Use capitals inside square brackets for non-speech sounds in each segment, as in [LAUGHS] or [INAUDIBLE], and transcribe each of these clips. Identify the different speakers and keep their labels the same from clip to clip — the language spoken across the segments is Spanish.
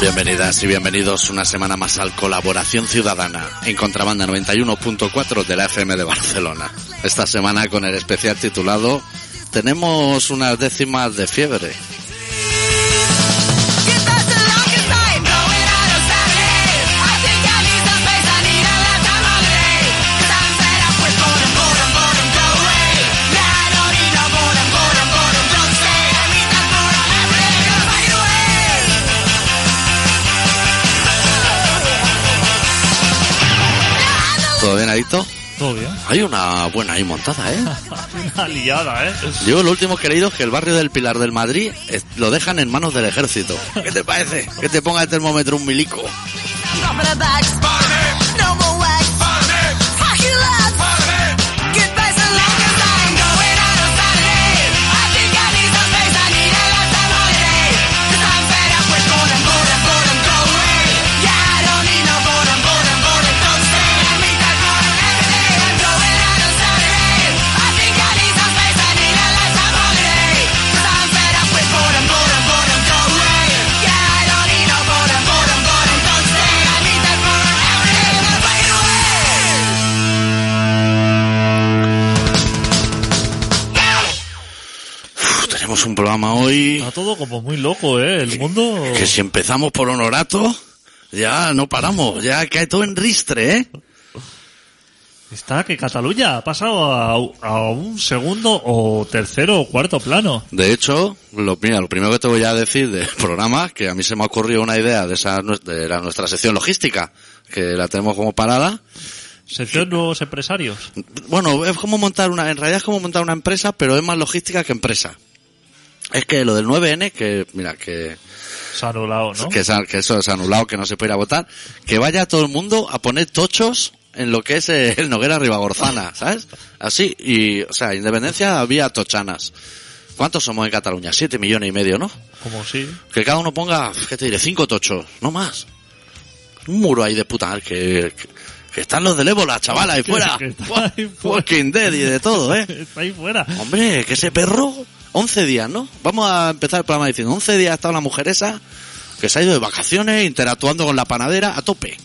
Speaker 1: Bienvenidas y bienvenidos una semana más al Colaboración Ciudadana en Contrabanda 91.4 de la FM de Barcelona. Esta semana con el especial titulado Tenemos unas décimas de fiebre. ¿Todo bien, Adicto?
Speaker 2: Todo bien.
Speaker 1: Hay una buena ahí montada, ¿eh?
Speaker 2: Una liada, ¿eh?
Speaker 1: Yo lo último que he leído es que el barrio del Pilar del Madrid eh, lo dejan en manos del ejército. ¿Qué te parece? Que te ponga el termómetro un milico. Uf, tenemos un programa hoy
Speaker 2: Está todo como muy loco, ¿eh? El mundo...
Speaker 1: que si empezamos por honorato, ya no paramos, ya cae todo en ristre, ¿eh?
Speaker 2: Está que Cataluña ha pasado a, a un segundo o tercero o cuarto plano.
Speaker 1: De hecho, lo, mira, lo primero que te voy a decir del [LAUGHS] programa, que a mí se me ha ocurrido una idea de, esa, nue- de la, nuestra sección logística, que la tenemos como parada.
Speaker 2: Sección nuevos empresarios.
Speaker 1: Bueno, es como montar una, en realidad es como montar una empresa, pero es más logística que empresa. Es que lo del 9N, que mira, que,
Speaker 2: Se ha anulado, ¿no?
Speaker 1: que, se ha- que eso es anulado, que no se puede ir a votar, que vaya todo el mundo a poner tochos en lo que es eh, el Noguera Ribagorzana, ¿sabes? Así, y, o sea, independencia había tochanas. ¿Cuántos somos en Cataluña? Siete millones y medio, ¿no?
Speaker 2: Como sí.
Speaker 1: Que cada uno ponga, ¿qué te diré? Cinco tochos, no más. Un muro ahí de puta, que, que, que están los del ébola, chaval, ahí
Speaker 2: [LAUGHS] Que-
Speaker 1: fuera. [LAUGHS]
Speaker 2: que está ahí fuera.
Speaker 1: Walking Dead y de todo, ¿eh?
Speaker 2: Está ahí fuera.
Speaker 1: Hombre, que ese perro, 11 días, ¿no? Vamos a empezar el programa diciendo, 11 días ha estado la mujer esa, que se ha ido de vacaciones, interactuando con la panadera, a tope.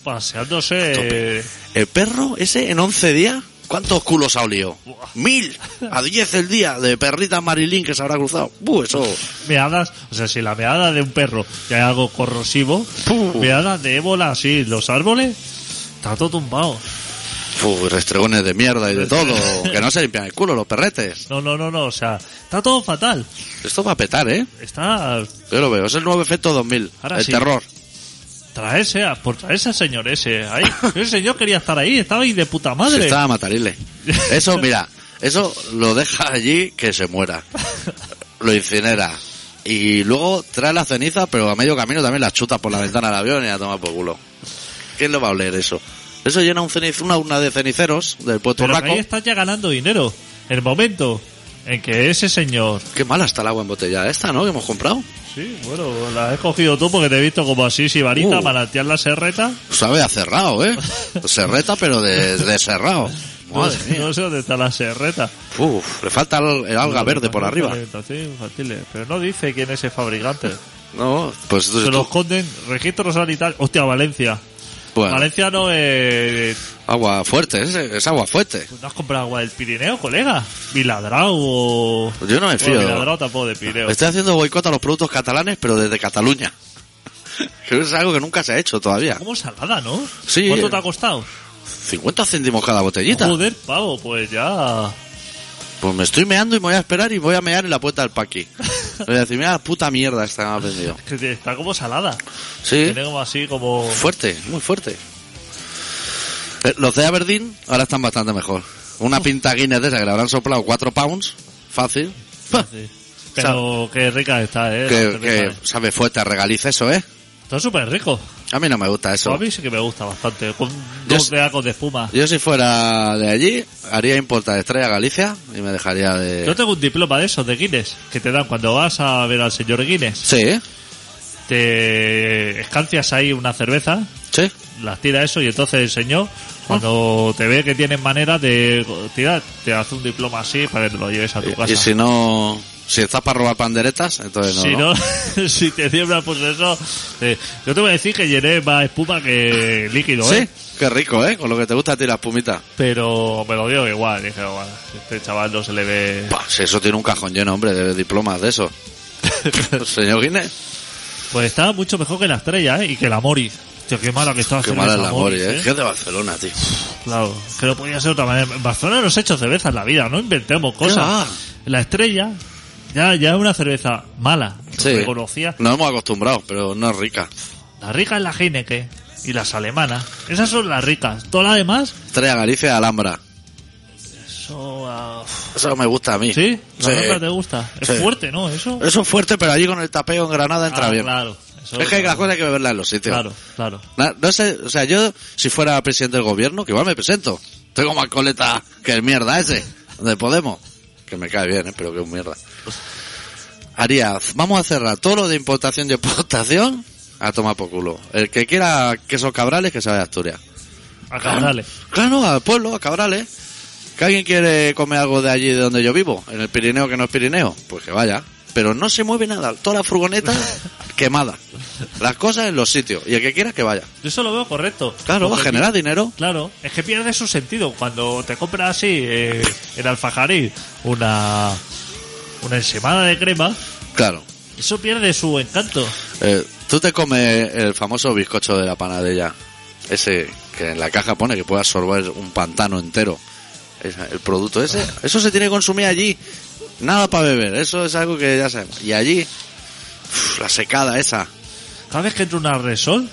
Speaker 2: Paseándose...
Speaker 1: El perro ese, en 11 días, ¿cuántos culos ha olido?
Speaker 2: Buah.
Speaker 1: Mil, a 10 el día, de perrita Marilyn que se habrá cruzado. ¡Buh, eso!
Speaker 2: Meadas, o sea, si la meada de un perro ya es algo corrosivo,
Speaker 1: Puh.
Speaker 2: meadas de ébola así, los árboles, está todo tumbado.
Speaker 1: Uf, restregones de mierda y de todo. Que no se limpian el culo los perretes.
Speaker 2: No, no, no, no, o sea, está todo fatal.
Speaker 1: Esto va a petar, ¿eh?
Speaker 2: Está
Speaker 1: Yo lo veo. Es el nuevo efecto 2000.
Speaker 2: Ahora
Speaker 1: el
Speaker 2: sí.
Speaker 1: terror.
Speaker 2: Traerse a, por traerse al señor ese,
Speaker 1: [LAUGHS]
Speaker 2: ahí. Ese señor quería estar ahí, estaba ahí de puta
Speaker 1: Se
Speaker 2: madre.
Speaker 1: está a
Speaker 2: [LAUGHS]
Speaker 1: matarile. Eso, mira. Eso lo deja allí que se
Speaker 2: [LAUGHS]
Speaker 1: muera. Lo incinera. Y luego trae las cenizas, pero a medio camino también las chuta por
Speaker 2: [LAUGHS]
Speaker 1: la ventana del avión y la toma por culo. ¿Quién lo va a oler eso? Eso llena un ceniz, una urna de ceniceros del puerto
Speaker 2: Pero que
Speaker 1: Raco.
Speaker 2: ahí estás ya ganando dinero. El momento en que ese señor,
Speaker 1: Qué mala está el agua embotellada esta, ¿no? Que hemos comprado.
Speaker 2: sí, bueno, la has cogido tú porque te he visto como así, si varita,
Speaker 1: Uh.
Speaker 2: manantial la serreta.
Speaker 1: Sabe a cerrado,
Speaker 2: [LAUGHS]
Speaker 1: ¿eh? Serreta, pero de, de cerrado.
Speaker 2: No,
Speaker 1: Madre
Speaker 2: sé-
Speaker 1: mía.
Speaker 2: no sé dónde está la serreta.
Speaker 1: Uf, le falta el, el alga verde por arriba.
Speaker 2: Alimentación infantil, Pero no dice quién es
Speaker 1: [LAUGHS]
Speaker 2: el fabricante.
Speaker 1: No, pues
Speaker 2: Se lo
Speaker 1: esto-
Speaker 2: esconden, registro sanitario. Hostia, Valencia.
Speaker 1: bueno,
Speaker 2: Valencia no es.
Speaker 1: agua fuerte, es, es agua fuerte.
Speaker 2: ¿No has comprado agua del Pirineo, colega? Viladrau o.
Speaker 1: Yo no me
Speaker 2: Bueno,
Speaker 1: fío.
Speaker 2: Viladrau tampoco de Pirineo.
Speaker 1: Estoy haciendo boicot a los productos catalanes, pero desde Cataluña. [LAUGHS] Que es algo que nunca se ha hecho todavía.
Speaker 2: Como salada, ¿no?
Speaker 1: Sí.
Speaker 2: ¿Cuánto te ha costado?
Speaker 1: 50 céntimos cada botellita.
Speaker 2: Joder, pavo, pues ya.
Speaker 1: Pues me estoy meando y me voy a esperar y voy a mear en la puerta del
Speaker 2: [LAUGHS]
Speaker 1: paqui. Le Voy a decir, mira la puta mierda esta que me ha vendido.
Speaker 2: Que te- Está como salada.
Speaker 1: Sí,
Speaker 2: Tiene como
Speaker 1: [LAUGHS]
Speaker 2: así como.
Speaker 1: fuerte, muy fuerte. Eh, Los de Aberdeen ahora están bastante mejor.
Speaker 2: [LAUGHS]
Speaker 1: Una pinta Guinness de esa que le habrán soplado 4 pounds. Fácil. Fa.
Speaker 2: Sí. Pero qué rica está, eh.
Speaker 1: que,
Speaker 2: Bastante rica,
Speaker 1: que
Speaker 2: eh.
Speaker 1: sabe fuerte, regaliza eso, ¿eh?
Speaker 2: Está súper rico.
Speaker 1: A mí no me gusta eso.
Speaker 2: A mí sí que me gusta bastante. Con
Speaker 1: Yo
Speaker 2: dos
Speaker 1: sé-
Speaker 2: deacos de espuma.
Speaker 1: Yo si fuera de allí, haría importa de Estrella Galicia y me dejaría
Speaker 2: Yo
Speaker 1: de...
Speaker 2: tengo un diploma de esos, de Guinness, que te dan cuando vas a ver al señor Guinness.
Speaker 1: Sí, ¿eh?
Speaker 2: Te escancias ahí una cerveza,
Speaker 1: Sí.
Speaker 2: las tira eso y entonces el señor, cuando te ve que tienes manera de tirar, te hace un diploma así para que te lo lleves a tu
Speaker 1: Y
Speaker 2: casa.
Speaker 1: si no, Si estás para robar panderetas, entonces no.
Speaker 2: si
Speaker 1: ¿no?
Speaker 2: no, [LAUGHS] si te tiembla pues eso. eh, yo te voy a decir que llené más espuma que líquido,
Speaker 1: Sí,
Speaker 2: ¿eh?
Speaker 1: qué rico, ¿eh? Con lo que te gusta a ti la espumita.
Speaker 2: Pero me lo dio igual. Dije, bueno, este chaval no se le ve.
Speaker 1: Buah, si eso tiene un cajón lleno, hombre, de diplomas de
Speaker 2: [LAUGHS]
Speaker 1: eso. Señor Guinness,
Speaker 2: Pues estaba mucho mejor que la estrella, ¿eh? Y que la Moris. Hostia, qué mala que estaba
Speaker 1: qué
Speaker 2: haciendo
Speaker 1: mala es
Speaker 2: esa
Speaker 1: la mori, ¿eh?
Speaker 2: Moris,
Speaker 1: Que es de Barcelona, tío.
Speaker 2: Claro, que no podía ser de otra manera. En Barcelona no se ha hecho cerveza en la vida, no inventemos
Speaker 1: va?
Speaker 2: cosas. La estrella ya, ya es una cerveza mala.
Speaker 1: Sí.
Speaker 2: que conocía.
Speaker 1: Nos hemos acostumbrado, pero no es rica.
Speaker 2: La rica es la Heineken y las alemanas. Esas son las ricas. Todas las demás
Speaker 1: Estrella Galicia Alhambra.
Speaker 2: son... ah,
Speaker 1: Eso me gusta a mí.
Speaker 2: ¿Sí?
Speaker 1: Sí.
Speaker 2: ¿La roca te gusta? Es
Speaker 1: Sí.
Speaker 2: fuerte, ¿no? Eso...
Speaker 1: Eso es fuerte, pero allí con el tapeo en Granada entra
Speaker 2: Ah,
Speaker 1: bien.
Speaker 2: Claro. Eso-
Speaker 1: Es que hay que las cosas hay que beberlas en los sitios.
Speaker 2: Claro, claro.
Speaker 1: Na- No sé, o sea, yo si fuera presidente del gobierno, que igual me presento. Tengo más coleta que el mierda ese, de Podemos. Que me cae bien, ¿eh? pero que es un mierda. Haría, vamos a cerrar todo lo de importación y exportación a tomar por culo. El que quiera quesos cabrales, que se vaya a Asturias.
Speaker 2: Acá, Ah, dale.
Speaker 1: Claro, al pueblo, a cabrales. ¿Que alguien quiere comer algo de allí de donde yo vivo? En el Pirineo que no es Pirineo. Pues que vaya. Pero no se mueve nada. Todas las furgonetas quemadas. Las cosas en los sitios. Y el que quiera que vaya.
Speaker 2: Yo eso lo veo correcto.
Speaker 1: Claro, va a
Speaker 2: Porque-
Speaker 1: generar dinero.
Speaker 2: Claro, es que pierde su sentido cuando te compras así eh, en Alfajarí una, una ensemada de crema,
Speaker 1: Claro.
Speaker 2: eso pierde su encanto.
Speaker 1: Eh, Tú te comes el famoso bizcocho de la panadella. Ese que en la caja pone que puede absorber un pantano entero. Esa- el producto ese. Eso se tiene que consumir allí. Nada para beber. Eso es algo que ya sabemos. Y allí. uf, la secada esa.
Speaker 2: Cada vez que entra una Resol,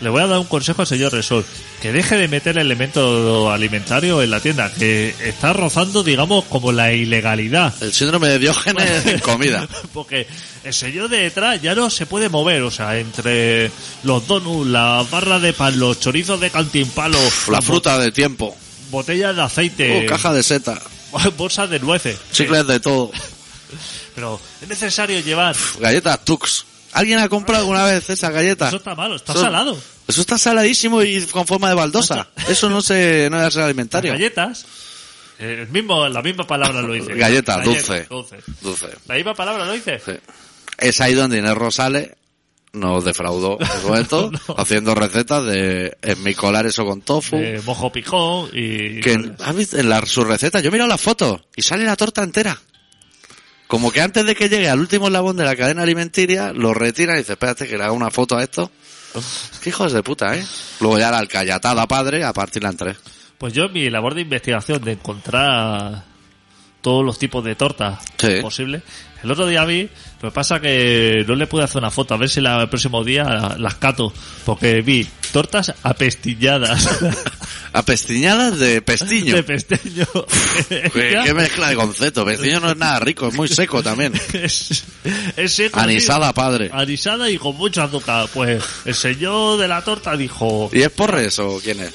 Speaker 2: le voy a dar un consejo al señor Resol, que deje de meter elemento alimentario en la tienda, que está rozando, digamos, como la ilegalidad.
Speaker 1: El síndrome de Diógenes en [LAUGHS] comida.
Speaker 2: Eh, Porque el señor de detrás ya no se puede mover, o sea, entre los donuts, las barras de pan, los chorizos de cantimpalo,
Speaker 1: La fruta de tiempo.
Speaker 2: botellas de aceite,
Speaker 1: Uh, caja de seta.
Speaker 2: [LAUGHS] bolsas de nueces. Eh,
Speaker 1: Chicles de todo.
Speaker 2: Pero es necesario llevar. [LAUGHS] Eso
Speaker 1: Galletas Tux. ¿Alguien ha comprado alguna vez esas galletas?
Speaker 2: está malo, está
Speaker 1: Eso-
Speaker 2: salado.
Speaker 1: Eso está saladísimo y con forma de baldosa. Eso no se no es
Speaker 2: Las
Speaker 1: alimentario.
Speaker 2: galletas. eh, El mismo, la misma palabra lo dice.
Speaker 1: Galleta, dulce.
Speaker 2: dulce.
Speaker 1: Dulce.
Speaker 2: La misma palabra lo dice.
Speaker 1: Sí. Es ahí donde Inés Rosales nos defraudó
Speaker 2: [LAUGHS]
Speaker 1: el momento,
Speaker 2: No.
Speaker 1: haciendo recetas de esmicolar eso con tofu.
Speaker 2: Eh, mojo picón y.
Speaker 1: que en, ¿has visto? en la- su receta, yo miro las fotos y sale la torta entera. Como que antes de que llegue al último eslabón de la cadena alimentiria, lo retiran y dice, espérate que le haga una foto a esto. Qué hijos de puta, ¿eh? Luego ya la alcayatada padre a partirla en tres.
Speaker 2: Pues yo en mi labor de investigación de encontrar todos los tipos de tortas
Speaker 1: Sí.
Speaker 2: posibles. El otro día vi, lo que pasa que no le pude hacer una foto, a ver si la- el próximo día las cato, porque vi tortas
Speaker 1: [LAUGHS]
Speaker 2: apestilladas
Speaker 1: A pestiñadas de pestiño.
Speaker 2: [LAUGHS] de pesteño. [LAUGHS]
Speaker 1: Qué, qué mezcla de conceptos. Pestiño no es nada rico, es muy seco también.
Speaker 2: es, es seco,
Speaker 1: Anisada
Speaker 2: sí.
Speaker 1: padre.
Speaker 2: Anisada y con mucho azúcar. Pues el señor de la torta dijo,
Speaker 1: ¿Y es Porres o quién es?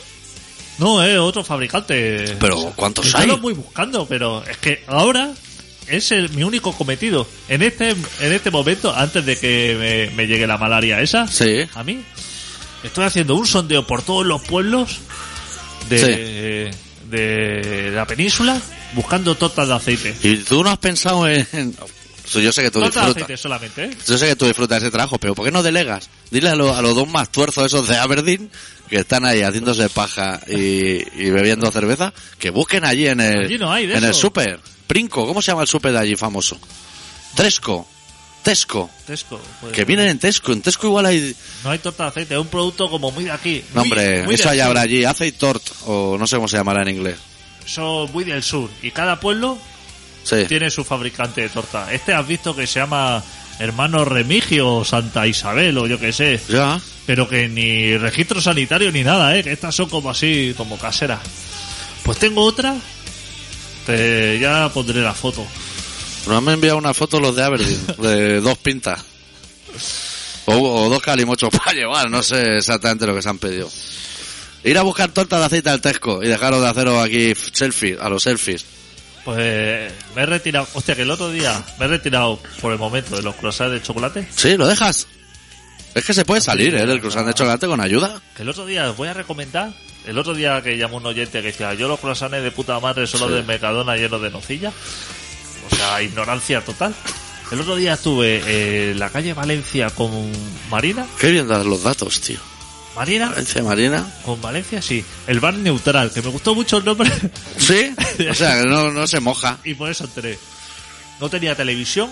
Speaker 2: no, eh, otro fabricante.
Speaker 1: Pero ¿cuántos
Speaker 2: Yo
Speaker 1: hay?
Speaker 2: lo voy buscando, pero es que ahora es el- mi único cometido. En este, en este momento, antes de que me, me llegue la malaria esa,
Speaker 1: Sí.
Speaker 2: a mí, estoy haciendo un sondeo por todos los pueblos de, de la península buscando tortas de aceite.
Speaker 1: ¿Y tú no has pensado en...? Yo sé que tú
Speaker 2: Tortas de
Speaker 1: disfrutas.
Speaker 2: aceite solamente, ¿eh?
Speaker 1: Pues Yo sé que tú disfrutas ese trabajo, pero ¿por qué no delegas? Dile a, lo- a los dos más tuerzos esos de Aberdeen que están ahí haciéndose paja y, y bebiendo cerveza, que busquen allí en el,
Speaker 2: Allí no hay de
Speaker 1: en el
Speaker 2: eso.
Speaker 1: super. Princo, ¿cómo se llama el super de allí famoso? Tresco. Tesco.
Speaker 2: Tesco. pues,
Speaker 1: Que vienen en Tesco. En Tesco igual hay...
Speaker 2: No hay torta de aceite, es un producto como muy de aquí.
Speaker 1: No,
Speaker 2: muy-
Speaker 1: hombre,
Speaker 2: muy
Speaker 1: eso
Speaker 2: del
Speaker 1: allá
Speaker 2: sur.
Speaker 1: habrá allí. Hace tort, o no sé cómo se llamará en inglés.
Speaker 2: Eso muy del sur. Y cada pueblo
Speaker 1: Sí.
Speaker 2: tiene su fabricante de torta. Este has visto que se llama Hermano Remigio o Santa Isabel o yo qué sé.
Speaker 1: Ya.
Speaker 2: Pero que ni registro sanitario ni nada, ¿eh? Que estas son como así, como caseras. Pues tengo otra. Te- ya pondré la foto.
Speaker 1: Nos han enviado una foto los de Aberdeen, de dos pintas. O, o dos calimochos [LAUGHS] para llevar, no sé exactamente lo que se han pedido. Ir a buscar torta de aceite al Tesco y dejaros de haceros aquí selfies, a los selfies.
Speaker 2: Pues me he retirado. Hostia, que el otro día me he retirado por el momento de los croissants de chocolate.
Speaker 1: Sí, lo dejas. Es que se puede salir, ¿eh? Del cruzante de chocolate con ayuda.
Speaker 2: Que el otro día os voy a recomendar. El otro día que llamó un oyente que decía, yo los croissants de puta madre solo
Speaker 1: Sí.
Speaker 2: de Mercadona llenos de nocilla. O sea, ignorancia total. El otro día estuve eh, en la calle Valencia con Marina.
Speaker 1: Qué bien dar los datos, tío.
Speaker 2: Marina,
Speaker 1: Valencia Marina.
Speaker 2: con Valencia sí. El bar neutral, que me gustó mucho el nombre [LAUGHS]
Speaker 1: ¿Sí? [LAUGHS] O sea, que no, no se moja.
Speaker 2: y por eso entré. No tenía televisión.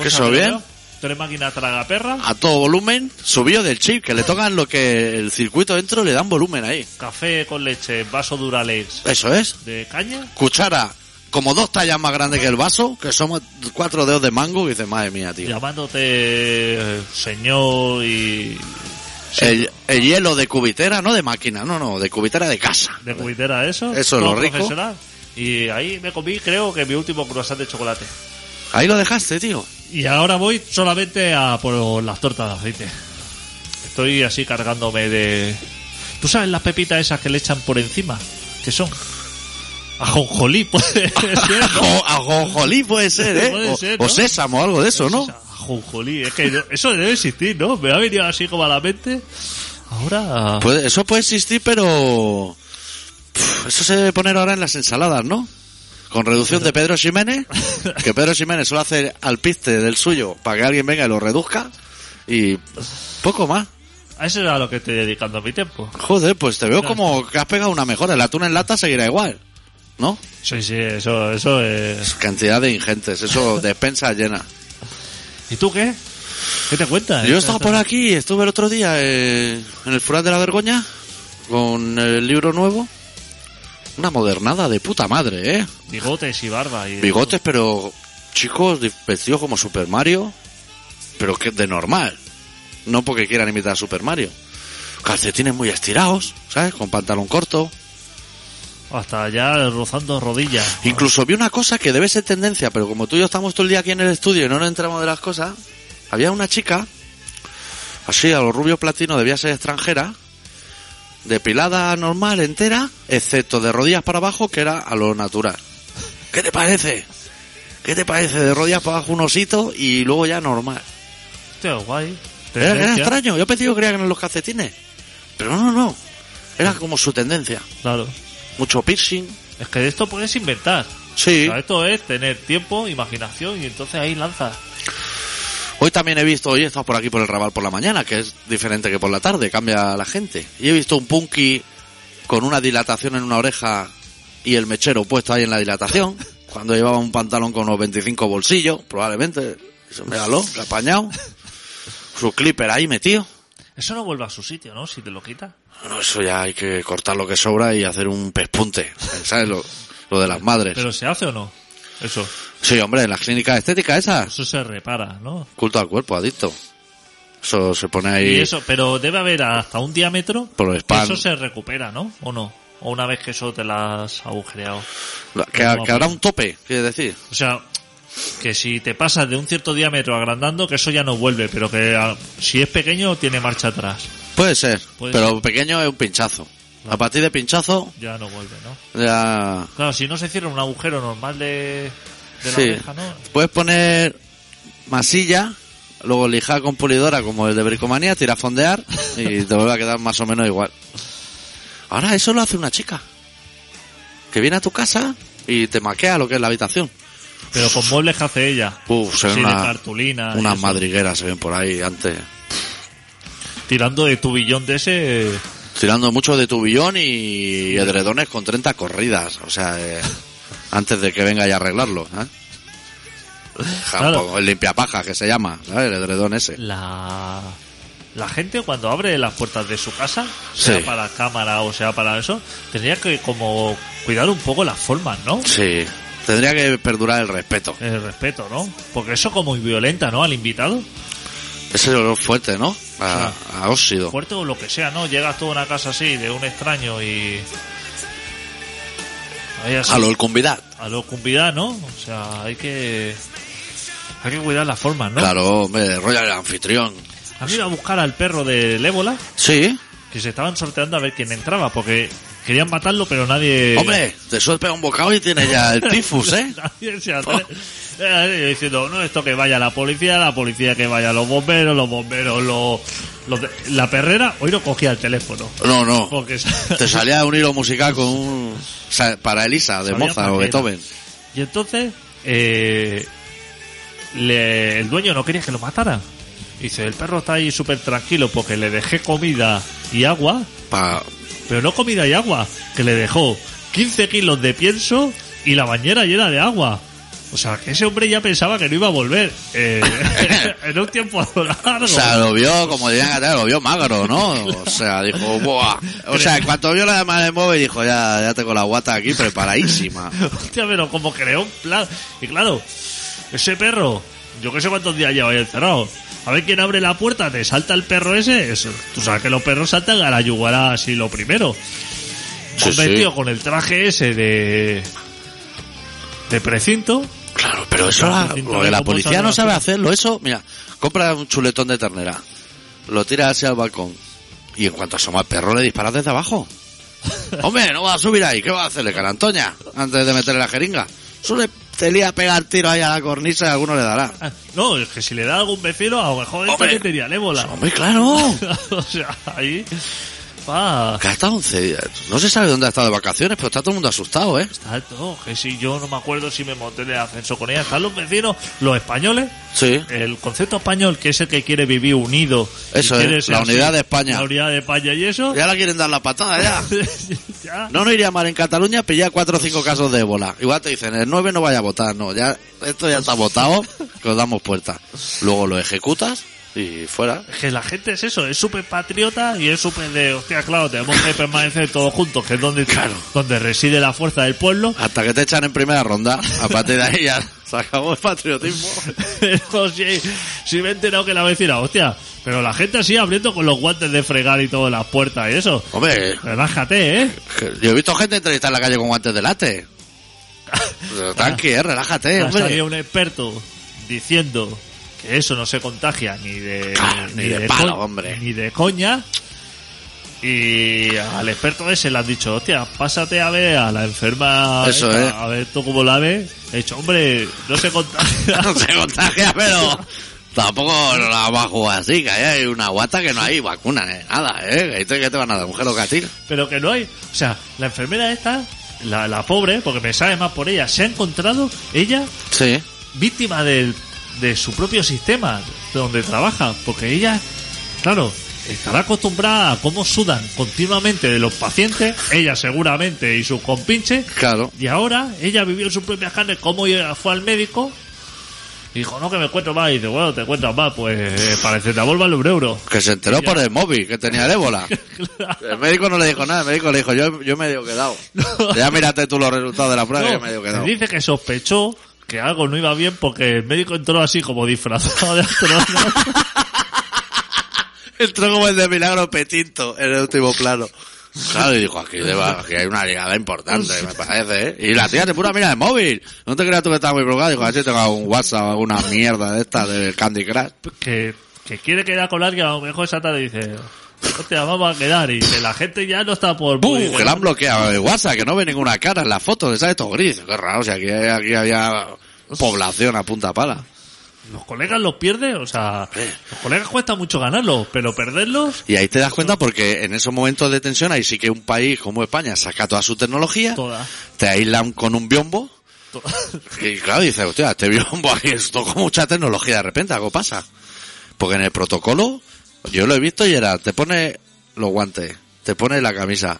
Speaker 1: Que eso
Speaker 2: que
Speaker 1: bien.
Speaker 2: no. Tres máquinas tragaperras,
Speaker 1: A todo volumen, subido del chip, que le tocan lo que el circuito dentro le dan volumen ahí.
Speaker 2: café con leche, vaso Duralex
Speaker 1: Eso es.
Speaker 2: de caña.
Speaker 1: Cuchara, como dos tallas más grande que el vaso, que somos cuatro dedos de mango, y dices, madre mía, tío.
Speaker 2: Llamándote eh, señor y...
Speaker 1: El, el hielo de cubitera, no de máquina, no, no, de cubitera de casa.
Speaker 2: de cubitera eso.
Speaker 1: Eso es
Speaker 2: todo
Speaker 1: lo rico.
Speaker 2: profesional. Y ahí me comí, creo que mi último croissant de chocolate.
Speaker 1: Ahí lo dejaste, tío.
Speaker 2: Y ahora voy solamente a por las tortas de aceite. Estoy así cargándome de... ¿Tú sabes las pepitas esas que le echan por encima? ¿Qué son? Ajonjolí, [LAUGHS] puede ser.
Speaker 1: [LAUGHS]
Speaker 2: ¿no?
Speaker 1: Ajo- Ajonjolí puede ser, ¿eh?
Speaker 2: Puede
Speaker 1: o,
Speaker 2: ser,
Speaker 1: o
Speaker 2: ¿no?
Speaker 1: sésamo, algo de eso, ¿no?
Speaker 2: Ajonjolí, es que yo- eso debe existir, ¿no? Me ha venido así como a la mente. Ahora...
Speaker 1: Puede- eso puede existir, pero... Pff, Eso se debe poner ahora en las ensaladas, ¿no? Con reducción de Pedro
Speaker 2: [LAUGHS]
Speaker 1: Ximénez, que Pedro Jiménez solo hace al piste del suyo para que alguien venga y lo reduzca, y poco más.
Speaker 2: A eso era lo que estoy dedicando mi tiempo.
Speaker 1: Joder, pues te veo como que has pegado una mejora. El atún en lata seguirá igual, ¿no?
Speaker 2: Sí, sí, eso, eso es...
Speaker 1: Cantidad de ingentes, [LAUGHS] eso, despensa llena.
Speaker 2: ¿Y tú qué? ¿Qué te cuentas?
Speaker 1: Yo estaba por aquí, estuve el otro día eh, en el Fural de la Vergoña con el libro nuevo. Una modernada de puta madre, ¿eh?
Speaker 2: Bigotes y barba. Y
Speaker 1: Bigotes, pero chicos vestidos como Super Mario, pero que de normal. No porque quieran imitar a Super Mario. Calcetines muy estirados, ¿sabes? Con pantalón corto.
Speaker 2: Hasta ya rozando rodillas.
Speaker 1: Incluso vi una cosa que debe ser tendencia, pero como tú y yo estamos todo el día aquí en el estudio y no nos entramos de las cosas, había una chica, así a los rubios platinos, debía ser extranjera, depilada normal, entera, excepto de rodillas para abajo, que era a lo natural. ¿Qué te parece? ¿Qué te parece? De rodillas para abajo un osito y luego ya normal.
Speaker 2: Hostia, guay.
Speaker 1: Era, era
Speaker 2: Tendencia.
Speaker 1: Eh, extraño, yo pensé que creía que eran los calcetines, pero no, no, no. Era como su tendencia.
Speaker 2: Claro.
Speaker 1: Mucho piercing.
Speaker 2: Es que de esto puedes inventar. O
Speaker 1: Sí.
Speaker 2: sea, esto es tener tiempo, imaginación y entonces ahí lanzas.
Speaker 1: Hoy también he visto, hoy he estado por aquí por el Raval por la mañana, que es diferente que por la tarde, cambia la gente. Y he visto un punky con una dilatación en una oreja y el mechero puesto ahí en la dilatación,
Speaker 2: [LAUGHS]
Speaker 1: cuando llevaba un pantalón con unos 25 bolsillos, probablemente, se me galó, apañado, su clipper ahí metido.
Speaker 2: Eso no vuelve a su sitio, ¿no? Si te lo quitas.
Speaker 1: Bueno, eso ya hay que cortar lo que sobra y hacer un pespunte, ¿sabes? Lo, lo de las madres.
Speaker 2: Pero se hace o no. Eso.
Speaker 1: Sí, hombre, en las clínicas estéticas esas,
Speaker 2: Eso se repara, ¿no?
Speaker 1: culto al cuerpo, adicto. Eso se pone ahí...
Speaker 2: Y eso, pero debe haber hasta un diámetro.
Speaker 1: Por el spam.
Speaker 2: Eso se recupera, ¿no? ¿O no? O una vez que eso te las has agujereado.
Speaker 1: Que, que habrá un tope, quiere decir.
Speaker 2: O sea, que si te pasas de un cierto diámetro agrandando, que eso ya no vuelve, pero que ah, si es pequeño tiene marcha atrás.
Speaker 1: Puede ser,
Speaker 2: Puede
Speaker 1: pero
Speaker 2: ser.
Speaker 1: pequeño es un pinchazo. A partir de pinchazo,
Speaker 2: Ya no vuelve, ¿no?
Speaker 1: ya.
Speaker 2: Claro, si no se cierra un agujero normal de, de la
Speaker 1: sí.
Speaker 2: oreja, ¿no?
Speaker 1: Puedes poner masilla, luego lijar con pulidora como el de bricomanía, tirar a [LAUGHS] fondear y te vuelve a quedar más o menos igual. Ahora eso lo hace una chica. Que viene a tu casa y te maquea lo que es la habitación.
Speaker 2: Pero con muebles que hace ella.
Speaker 1: Uf, se
Speaker 2: Así
Speaker 1: ven
Speaker 2: de
Speaker 1: una-
Speaker 2: cartulina. y
Speaker 1: unas
Speaker 2: eso.
Speaker 1: madrigueras se ven por ahí antes.
Speaker 2: Tirando de tu billón de ese.
Speaker 1: Tirando mucho de tubillón y edredones con 30 corridas. O sea, eh, [LAUGHS] antes de que venga y arreglarlo. ¿eh?
Speaker 2: Claro.
Speaker 1: Jampo- El limpiapaja que se llama, ¿sabes? El edredón ese.
Speaker 2: La. La gente cuando abre las puertas de su casa,
Speaker 1: Sí.
Speaker 2: sea para cámara o sea para eso, tendría que como cuidar un poco las formas, ¿no?
Speaker 1: Sí. Tendría que perdurar el respeto.
Speaker 2: El respeto, ¿no? Porque eso como violenta, ¿no? Al invitado.
Speaker 1: Ese olor fuerte, ¿no? A, a óxido.
Speaker 2: fuerte o lo que sea, ¿no? Llegas tú a una casa así de un extraño y. Ahí así,
Speaker 1: A lo convidad.
Speaker 2: a lo cumplidad, ¿no? O sea, hay que. Hay que cuidar las formas, ¿no?
Speaker 1: Claro, hombre, rollo el anfitrión.
Speaker 2: Han ido a buscar al perro del ébola,
Speaker 1: Sí.
Speaker 2: que se estaban sorteando a ver quién entraba, porque querían matarlo, pero nadie.
Speaker 1: Hombre, te suele pegar un bocado y tienes ya el tifus, ¿eh?
Speaker 2: [LAUGHS] Nadie se atre-
Speaker 1: Oh.
Speaker 2: Eh, Diciendo, no, esto que vaya la policía, la policía que vaya los bomberos, los bomberos, los. los de- La perrera, hoy no cogía el teléfono.
Speaker 1: No, no.
Speaker 2: Porque [LAUGHS]
Speaker 1: Te salía un hilo musical con un... o sea, Para Elisa, de
Speaker 2: Sabía
Speaker 1: Mozart o
Speaker 2: para qué era.
Speaker 1: Beethoven.
Speaker 2: Y entonces, eh, le- el dueño no quería que lo mataran. Dice, el perro está ahí súper tranquilo porque le dejé comida y agua,
Speaker 1: Pa-
Speaker 2: pero no comida y agua, que le dejó 15 kilos de pienso y la bañera llena de agua. O sea, que ese hombre ya pensaba que no iba a volver eh, [LAUGHS] en un tiempo [LAUGHS] largo.
Speaker 1: O sea, lo vio, como dirían acá, lo vio magro, ¿no? O sea, dijo, ¡buah! O sea, en cuanto vio la madre móvil, dijo, ya, ya tengo la guata aquí preparadísima.
Speaker 2: [LAUGHS] Hostia, pero como creó un plan. Y claro, ese perro, yo que sé cuántos días lleva ahí encerrado. A ver quién abre la puerta, te salta el perro ese. Eso, tú sabes que los perros saltan a la yuguara así lo primero.
Speaker 1: Sí,
Speaker 2: Hombre,
Speaker 1: sí.
Speaker 2: tío, con el traje ese de. de precinto.
Speaker 1: Claro, pero eso, la, porque la policía no sabe hacerlo. Eso, mira, compra un chuletón de ternera, lo tira hacia el balcón y en cuanto asoma el perro le disparas desde [LAUGHS] abajo. Hombre, no va a subir ahí, ¿qué va a hacerle, cara Antoña? Antes de meterle la jeringa. Suele te lía a pegar tiro ahí a la cornisa y alguno le dará.
Speaker 2: Ah, No, es que si le da a algún vecino, a lo mejor esta
Speaker 1: Hombre.
Speaker 2: que tenía ébola.
Speaker 1: Hombre, claro.
Speaker 2: [LAUGHS] o sea, ahí. Pa.
Speaker 1: Que ha estado 11 días. No se sabe dónde ha estado de vacaciones, pero está todo el mundo asustado, ¿eh?
Speaker 2: Está todo, que si yo no me acuerdo si me monté de ascenso con ella. Están los vecinos, los españoles,
Speaker 1: Sí.
Speaker 2: el concepto español que es el que quiere vivir unido. y
Speaker 1: Eso es,
Speaker 2: quiere ser
Speaker 1: la unidad de España.
Speaker 2: La unidad de España y eso.
Speaker 1: Ya la quieren dar la patada, ya.
Speaker 2: [LAUGHS] ya.
Speaker 1: No, no iría mal en Cataluña, pillar cuatro o cinco casos de ébola. Igual te dicen, el 9 no vaya a votar, no, ya, esto ya está votado, que os damos puerta. Luego lo ejecutas y fuera.
Speaker 2: Que la gente es eso, es súper patriota y es súper de, hostia, claro, tenemos que permanecer todos juntos, que es donde, donde reside la fuerza del pueblo. [LAUGHS]
Speaker 1: Hasta que te echan en primera ronda, a partir de ahí ya se acabó el patriotismo.
Speaker 2: Pero si, si me he enterado que la vecina, hostia, pero la gente así abriendo con los guantes de fregar y todas las puertas y eso.
Speaker 1: Hombre,
Speaker 2: Relájate, ¿eh?
Speaker 1: que- yo he visto gente entrevistar en la calle con guantes de late. Pero Tranqui, eh, relájate,
Speaker 2: Hasta
Speaker 1: hombre.
Speaker 2: había un experto diciendo que eso no se contagia ni de
Speaker 1: Claro, ni de palo,
Speaker 2: co-
Speaker 1: hombre.
Speaker 2: ni de coña. Y al experto ese le han dicho, hostia, pásate a ver a la enferma,
Speaker 1: Eso
Speaker 2: esta,
Speaker 1: es.
Speaker 2: a ver tú cómo la ves. He dicho, hombre, no se
Speaker 1: [LAUGHS]
Speaker 2: contagia.
Speaker 1: No se contagia, pero tampoco la va a jugar así, que ahí hay una guata que no hay vacuna, eh, nada, eh. Que te- que te van a dar? ¿Un gelocatil?
Speaker 2: Pero que no hay. O sea, la enfermera esta, la, la pobre, porque me sabe más por ella, se ha encontrado ella
Speaker 1: Sí.
Speaker 2: víctima del, de su propio sistema donde trabaja, porque ella, claro, estará acostumbrada a cómo sudan continuamente de los pacientes, ella seguramente y sus compinches,
Speaker 1: Claro.
Speaker 2: y ahora ella vivió en sus propias carnes cómo ella fue al médico. y Dijo, no, que me encuentro mal. Y dice, bueno, te encuentras mal, pues paracetamol vale un euro.
Speaker 1: Que se enteró por el móvil que tenía el ébola.
Speaker 2: [LAUGHS] Claro.
Speaker 1: El médico no le dijo nada, el médico le dijo, yo, yo medio quedado. Ya mírate tú los resultados de la prueba, que yo
Speaker 2: No,
Speaker 1: medio quedado.
Speaker 2: dice que sospechó que algo no iba bien porque el médico entró así como disfrazado de astronauta.
Speaker 1: Entró como el de Milagro Petinto en el último plano. Claro, y dijo, aquí, deba- aquí hay una llegada importante, me parece, ¿eh? Y la tía te pura mira el móvil. No te creas tú que estás muy preocupado. Dijo, así tengo un WhatsApp o alguna mierda de esta del Candy Crush.
Speaker 2: que, que quiere quedar con alguien, a lo mejor esa tarde dice, hostia, vamos a quedar, y que la gente ya no está por...
Speaker 1: ¡Bum!
Speaker 2: muy-
Speaker 1: Que la han bloqueado de WhatsApp, que no ve ninguna cara en la foto, que sale todo gris. Qué raro, si aquí, aquí había población a punta pala.
Speaker 2: Los colegas los pierde, o sea,
Speaker 1: Eh.
Speaker 2: los colegas cuesta mucho ganarlos, pero perderlos,
Speaker 1: Y ahí te das cuenta porque en esos momentos de tensión ahí sí que un país como España saca toda su tecnología,
Speaker 2: toda.
Speaker 1: te aíslan con un biombo
Speaker 2: to- [LAUGHS]
Speaker 1: y claro, dices, hostia, este biombo aquí esto con mucha tecnología de repente, algo pasa. Porque en el protocolo, yo lo he visto y era, te pone los guantes, te pone la camisa,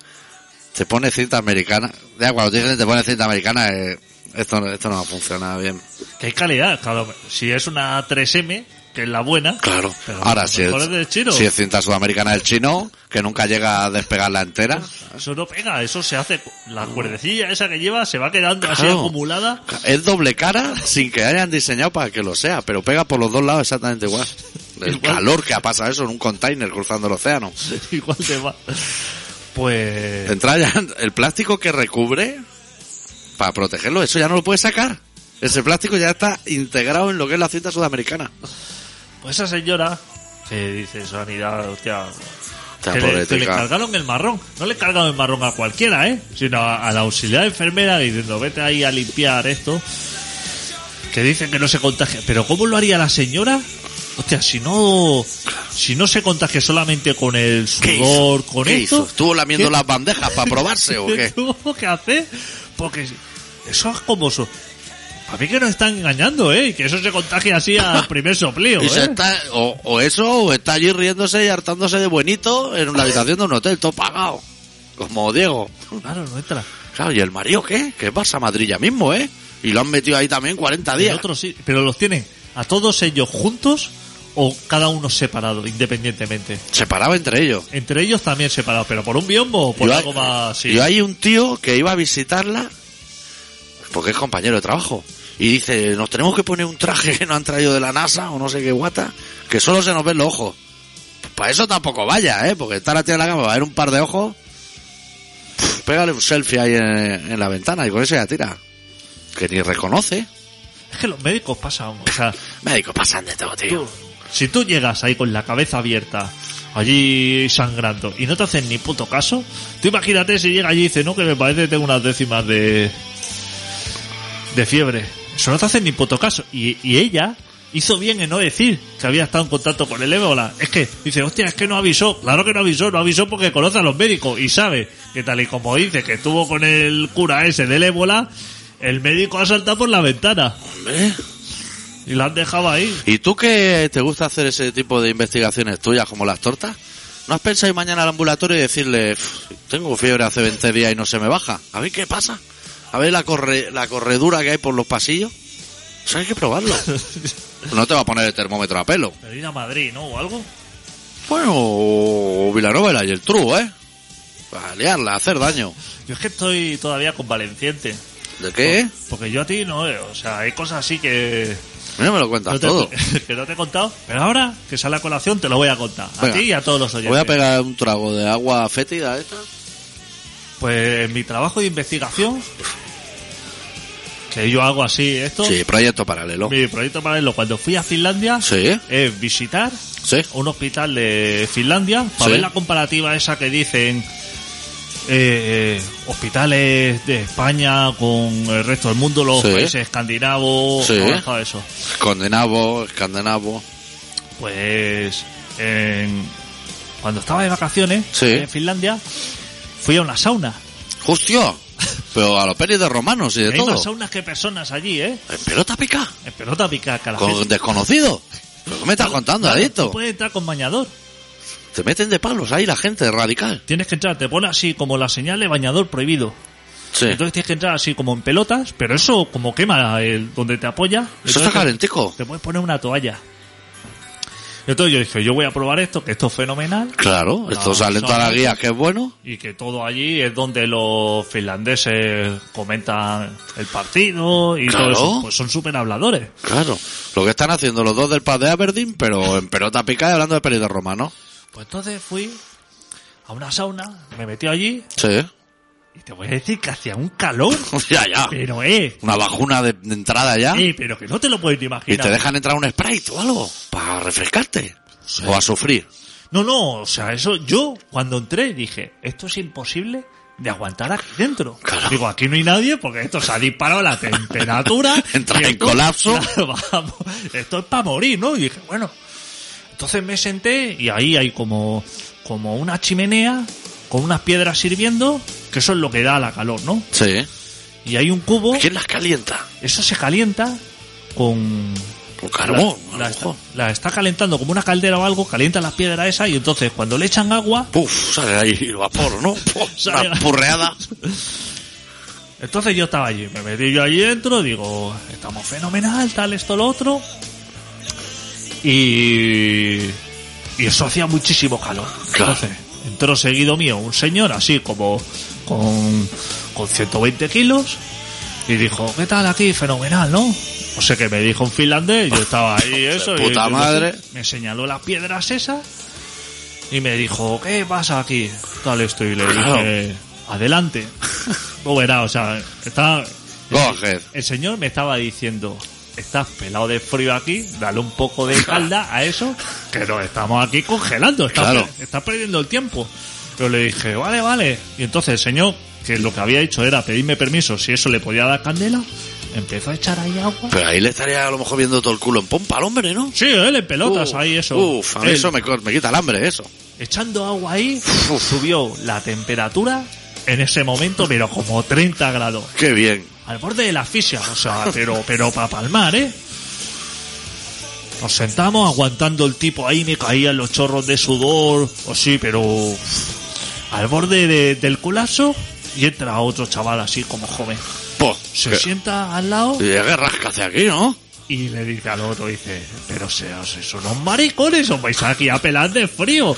Speaker 1: te pone cinta americana. Ya cuando te dicen te pone cinta americana, eh, esto, no- esto no va a funcionar bien.
Speaker 2: que hay calidad, claro, si es una 3M, que es la buena,
Speaker 1: Claro.
Speaker 2: pero a
Speaker 1: Ahora,
Speaker 2: lo
Speaker 1: si
Speaker 2: mejor es del
Speaker 1: es,
Speaker 2: chino.
Speaker 1: si es cinta sudamericana del chino, que nunca llega a despegarla entera.
Speaker 2: Eso no pega, eso se hace, la cuerdecilla esa que lleva se va quedando así
Speaker 1: Claro.
Speaker 2: acumulada. [LAUGHS]
Speaker 1: Es doble cara sin que hayan diseñado para que lo sea, pero pega por los dos lados exactamente igual. El
Speaker 2: [LAUGHS] Igual.
Speaker 1: calor que ha pasado eso en un container cruzando el océano.
Speaker 2: Igual te va. Pues...
Speaker 1: Entra ya el plástico que recubre para protegerlo, eso ya no lo puedes sacar. Ese plástico ya está integrado en lo que es la cinta sudamericana.
Speaker 2: Pues esa señora que dice sanidad, hostia.
Speaker 1: Está
Speaker 2: que, le, que le
Speaker 1: poética.
Speaker 2: cargaron el marrón. No le cargaron el marrón a cualquiera, ¿eh? Sino a, a la auxiliar enfermera diciendo, vete ahí a limpiar esto. Que dicen que no se contagia. Pero ¿cómo lo haría la señora? Hostia, si no, si no se contagia solamente con el
Speaker 1: ¿Qué hizo?
Speaker 2: sudor, con
Speaker 1: ¿Qué
Speaker 2: esto.
Speaker 1: hizo? ¿Estuvo lamiendo
Speaker 2: ¿Qué- [LAUGHS]
Speaker 1: las bandejas para probarse o
Speaker 2: ¿Qué
Speaker 1: qué?
Speaker 2: tuvo que hacer? Porque eso es como su- A mí que nos están engañando, ¿eh? Y que eso se contagie
Speaker 1: [LAUGHS]
Speaker 2: así al primer soplío,
Speaker 1: Y se
Speaker 2: ¿eh?
Speaker 1: está, o, o eso, o está allí riéndose y hartándose de buenito en la habitación de un hotel, todo pagado. Como Diego.
Speaker 2: ¿eh? Claro, no entra.
Speaker 1: Claro, ¿y el marido qué? ¿Qué pasa, Madrid ya mismo, eh? Y lo han metido ahí también 40
Speaker 2: El
Speaker 1: días.
Speaker 2: otro sí, pero los tienen a todos ellos juntos o cada uno separado, independientemente.
Speaker 1: Se paraba entre ellos.
Speaker 2: Entre ellos también separados, pero por un biombo o por
Speaker 1: yo,
Speaker 2: Pues algo
Speaker 1: hay-
Speaker 2: más. sí.
Speaker 1: yo hay un tío que iba a visitarla porque es compañero de trabajo y dice, nos tenemos que poner un traje que nos han traído de la NASA o no sé qué guata, que solo se nos ven los ojos. Para eso tampoco vaya, ¿eh? Porque estar a ti en la cama, va a ver un par de ojos, pf, pégale un selfie ahí en, en la ventana y con eso ya tira. Que ni reconoce.
Speaker 2: Es que los médicos pasan, o sea,
Speaker 1: Médico, pasan de todo, tío.
Speaker 2: tú- si tú llegas ahí con la cabeza abierta, allí sangrando, y no te hacen ni puto caso, tú imagínate si llega allí y dice, no, que me parece que tengo unas décimas de, de fiebre. Eso no te hacen ni puto caso. Y, y ella hizo bien en no decir que había estado en contacto con el ébola. Es que dice, hostia, es que no avisó. Claro que no avisó, no avisó porque conoce a los médicos y sabe que tal y como dice que estuvo con el cura ese del ébola, el médico ha saltado por la ventana.
Speaker 1: Hombre.
Speaker 2: Y la han dejado ahí.
Speaker 1: ¿Y tú que te gusta hacer ese tipo de investigaciones tuyas como las tortas? ¿No has pensado ir mañana al ambulatorio y decirle, "Uf, tengo fiebre hace 20 días y no se me baja? A ver qué pasa. A ver la, corre- la corredura que hay por los pasillos. Eso hay que
Speaker 2: [LAUGHS]
Speaker 1: probarlo. No te va a poner el termómetro a pelo.
Speaker 2: Pero ir a Madrid, ¿no? O algo.
Speaker 1: Bueno, o Vilanova y el Tru, ¿eh? Para liarla, hacer daño.
Speaker 2: Yo es que estoy todavía convaleciente.
Speaker 1: ¿De qué?
Speaker 2: Porque yo a ti no, eh, o sea, hay cosas así que...
Speaker 1: Mira, me lo cuentas
Speaker 2: no te,
Speaker 1: todo.
Speaker 2: [LAUGHS] que no te he contado. Pero ahora, que sale a colación, te lo voy a contar. A
Speaker 1: Venga.
Speaker 2: ti y a todos los oyentes.
Speaker 1: Voy a pegar un trago de agua fétida esta.
Speaker 2: Pues en mi trabajo de investigación, que yo hago así esto,
Speaker 1: Sí, proyecto paralelo.
Speaker 2: mi proyecto paralelo, cuando fui a Finlandia,
Speaker 1: Sí,
Speaker 2: es visitar
Speaker 1: sí.
Speaker 2: un hospital de Finlandia para
Speaker 1: Sí.
Speaker 2: ver la comparativa esa que dicen eh, hospitales de España con el resto del mundo, los
Speaker 1: Sí.
Speaker 2: países escandinavos,
Speaker 1: Sí.
Speaker 2: todo eso, eso.
Speaker 1: Condenavo, escandenavo.
Speaker 2: Pues en- cuando estaba de vacaciones
Speaker 1: Sí.
Speaker 2: en Finlandia, fui a una sauna.
Speaker 1: ¡Hostia! Pero a los pelis de romanos y de
Speaker 2: Hay más
Speaker 1: todo.
Speaker 2: saunas que personas allí, ¿eh?
Speaker 1: En pelota pica.
Speaker 2: En pelota picaca. la
Speaker 1: Con
Speaker 2: gente- pues
Speaker 1: desconocido. ¿Pero qué me estás contando,
Speaker 2: Claro,
Speaker 1: adicto?
Speaker 2: No puedes entrar con bañador.
Speaker 1: Te meten de palos ahí la gente radical.
Speaker 2: Tienes que entrar, te pone así como la señal de bañador prohibido.
Speaker 1: Sí.
Speaker 2: Entonces tienes que entrar así como en pelotas, pero eso como quema el, donde te apoya.
Speaker 1: Eso
Speaker 2: Entonces
Speaker 1: está
Speaker 2: te-
Speaker 1: calentico.
Speaker 2: Te puedes poner una toalla. Entonces yo dije, yo voy a probar esto, que esto es fenomenal.
Speaker 1: Claro, esto
Speaker 2: No,
Speaker 1: sale en
Speaker 2: no,
Speaker 1: todas las
Speaker 2: no.
Speaker 1: guías que es bueno.
Speaker 2: Y que todo allí es donde los finlandeses comentan el partido y
Speaker 1: Claro.
Speaker 2: todo eso. Pues son súper habladores.
Speaker 1: Claro. Lo que están haciendo los dos del pad de Aberdeen, pero en pelota pica y hablando de pelis de romanos.
Speaker 2: Pues entonces fui a una sauna, me metí allí
Speaker 1: Sí.
Speaker 2: y te voy a decir que hacía un calor.
Speaker 1: ya, ya.
Speaker 2: Pero eh,
Speaker 1: Una bajuna de, de entrada ya.
Speaker 2: eh, pero que no te lo puedes ni
Speaker 1: Y
Speaker 2: imaginar.
Speaker 1: te dejan entrar un sprite o algo. Para refrescarte. O a sufrir.
Speaker 2: No, no, o sea, eso yo cuando entré dije, esto es imposible de aguantar aquí dentro.
Speaker 1: Claro.
Speaker 2: Digo, aquí no hay nadie porque esto se ha disparado
Speaker 1: [LAUGHS]
Speaker 2: la temperatura.
Speaker 1: Entras
Speaker 2: y
Speaker 1: en
Speaker 2: esto-
Speaker 1: colapso.
Speaker 2: [LAUGHS] Claro, vamos, esto es para morir, ¿no? Y dije, bueno. Entonces me senté y ahí hay como, como una chimenea con unas piedras sirviendo, que eso es lo que da la calor, ¿no?
Speaker 1: Sí.
Speaker 2: Y hay un cubo,
Speaker 1: ¿Quién las calienta?
Speaker 2: eso se calienta con,
Speaker 1: Con carbón. Pues a lo
Speaker 2: la, la está,
Speaker 1: mejor.
Speaker 2: la está calentando como una caldera o algo, calienta las piedras esas y entonces cuando le echan agua,
Speaker 1: Puf, sale ahí el vapor, ¿no? Puf,
Speaker 2: [LAUGHS] Sale-
Speaker 1: una purreada.
Speaker 2: [LAUGHS] entonces yo estaba allí, me metí yo allí dentro, digo, estamos fenomenal, tal, esto, lo otro. Y, y eso hacía muchísimo calor.
Speaker 1: Claro.
Speaker 2: Entonces entró seguido mío un señor así como con, con 120 kilos y dijo, ¿qué tal aquí? Fenomenal, ¿no? O sea que me dijo un finlandés, yo estaba
Speaker 1: [LAUGHS]
Speaker 2: ahí, eso. y-
Speaker 1: Puta
Speaker 2: y-
Speaker 1: madre.
Speaker 2: Me señaló las piedras esas y me dijo, ¿qué pasa aquí? Tal esto, y le
Speaker 1: Claro.
Speaker 2: dije, Eh, adelante. [LAUGHS] No verá, o sea, estaba,
Speaker 1: Go ahead.
Speaker 2: el señor me estaba diciendo, estás pelado de frío aquí, dale un poco de calda a eso, que nos estamos aquí congelando, estás,
Speaker 1: Claro.
Speaker 2: per- estás perdiendo el tiempo. Pero le dije, vale, vale. Y entonces el señor, que lo que había hecho era pedirme permiso si eso le podía dar candela, empezó a echar ahí agua.
Speaker 1: Pero ahí le estaría a lo mejor viendo todo el culo en pompa al hombre, ¿no?
Speaker 2: Sí, él en pelotas
Speaker 1: Uf,
Speaker 2: ahí, eso.
Speaker 1: Uf, a mí
Speaker 2: Él
Speaker 1: eso me, co- me quita el hambre, eso.
Speaker 2: Echando agua ahí, subió la temperatura en ese momento, pero como 30 grados.
Speaker 1: Qué bien.
Speaker 2: al borde de la asfixia, o sea, pero, pero para palmar, ¿eh? Nos sentamos aguantando el tipo ahí, me caían los chorros de sudor, o sí, pero al borde de- del colapso y entra otro chaval así como joven.
Speaker 1: Po,
Speaker 2: Se
Speaker 1: Pues, que-
Speaker 2: sienta al lado
Speaker 1: Y de guerras que hace aquí, ¿no?
Speaker 2: y le dice al otro, dice, pero seas eso, unos maricones, os vais aquí a pelar de frío.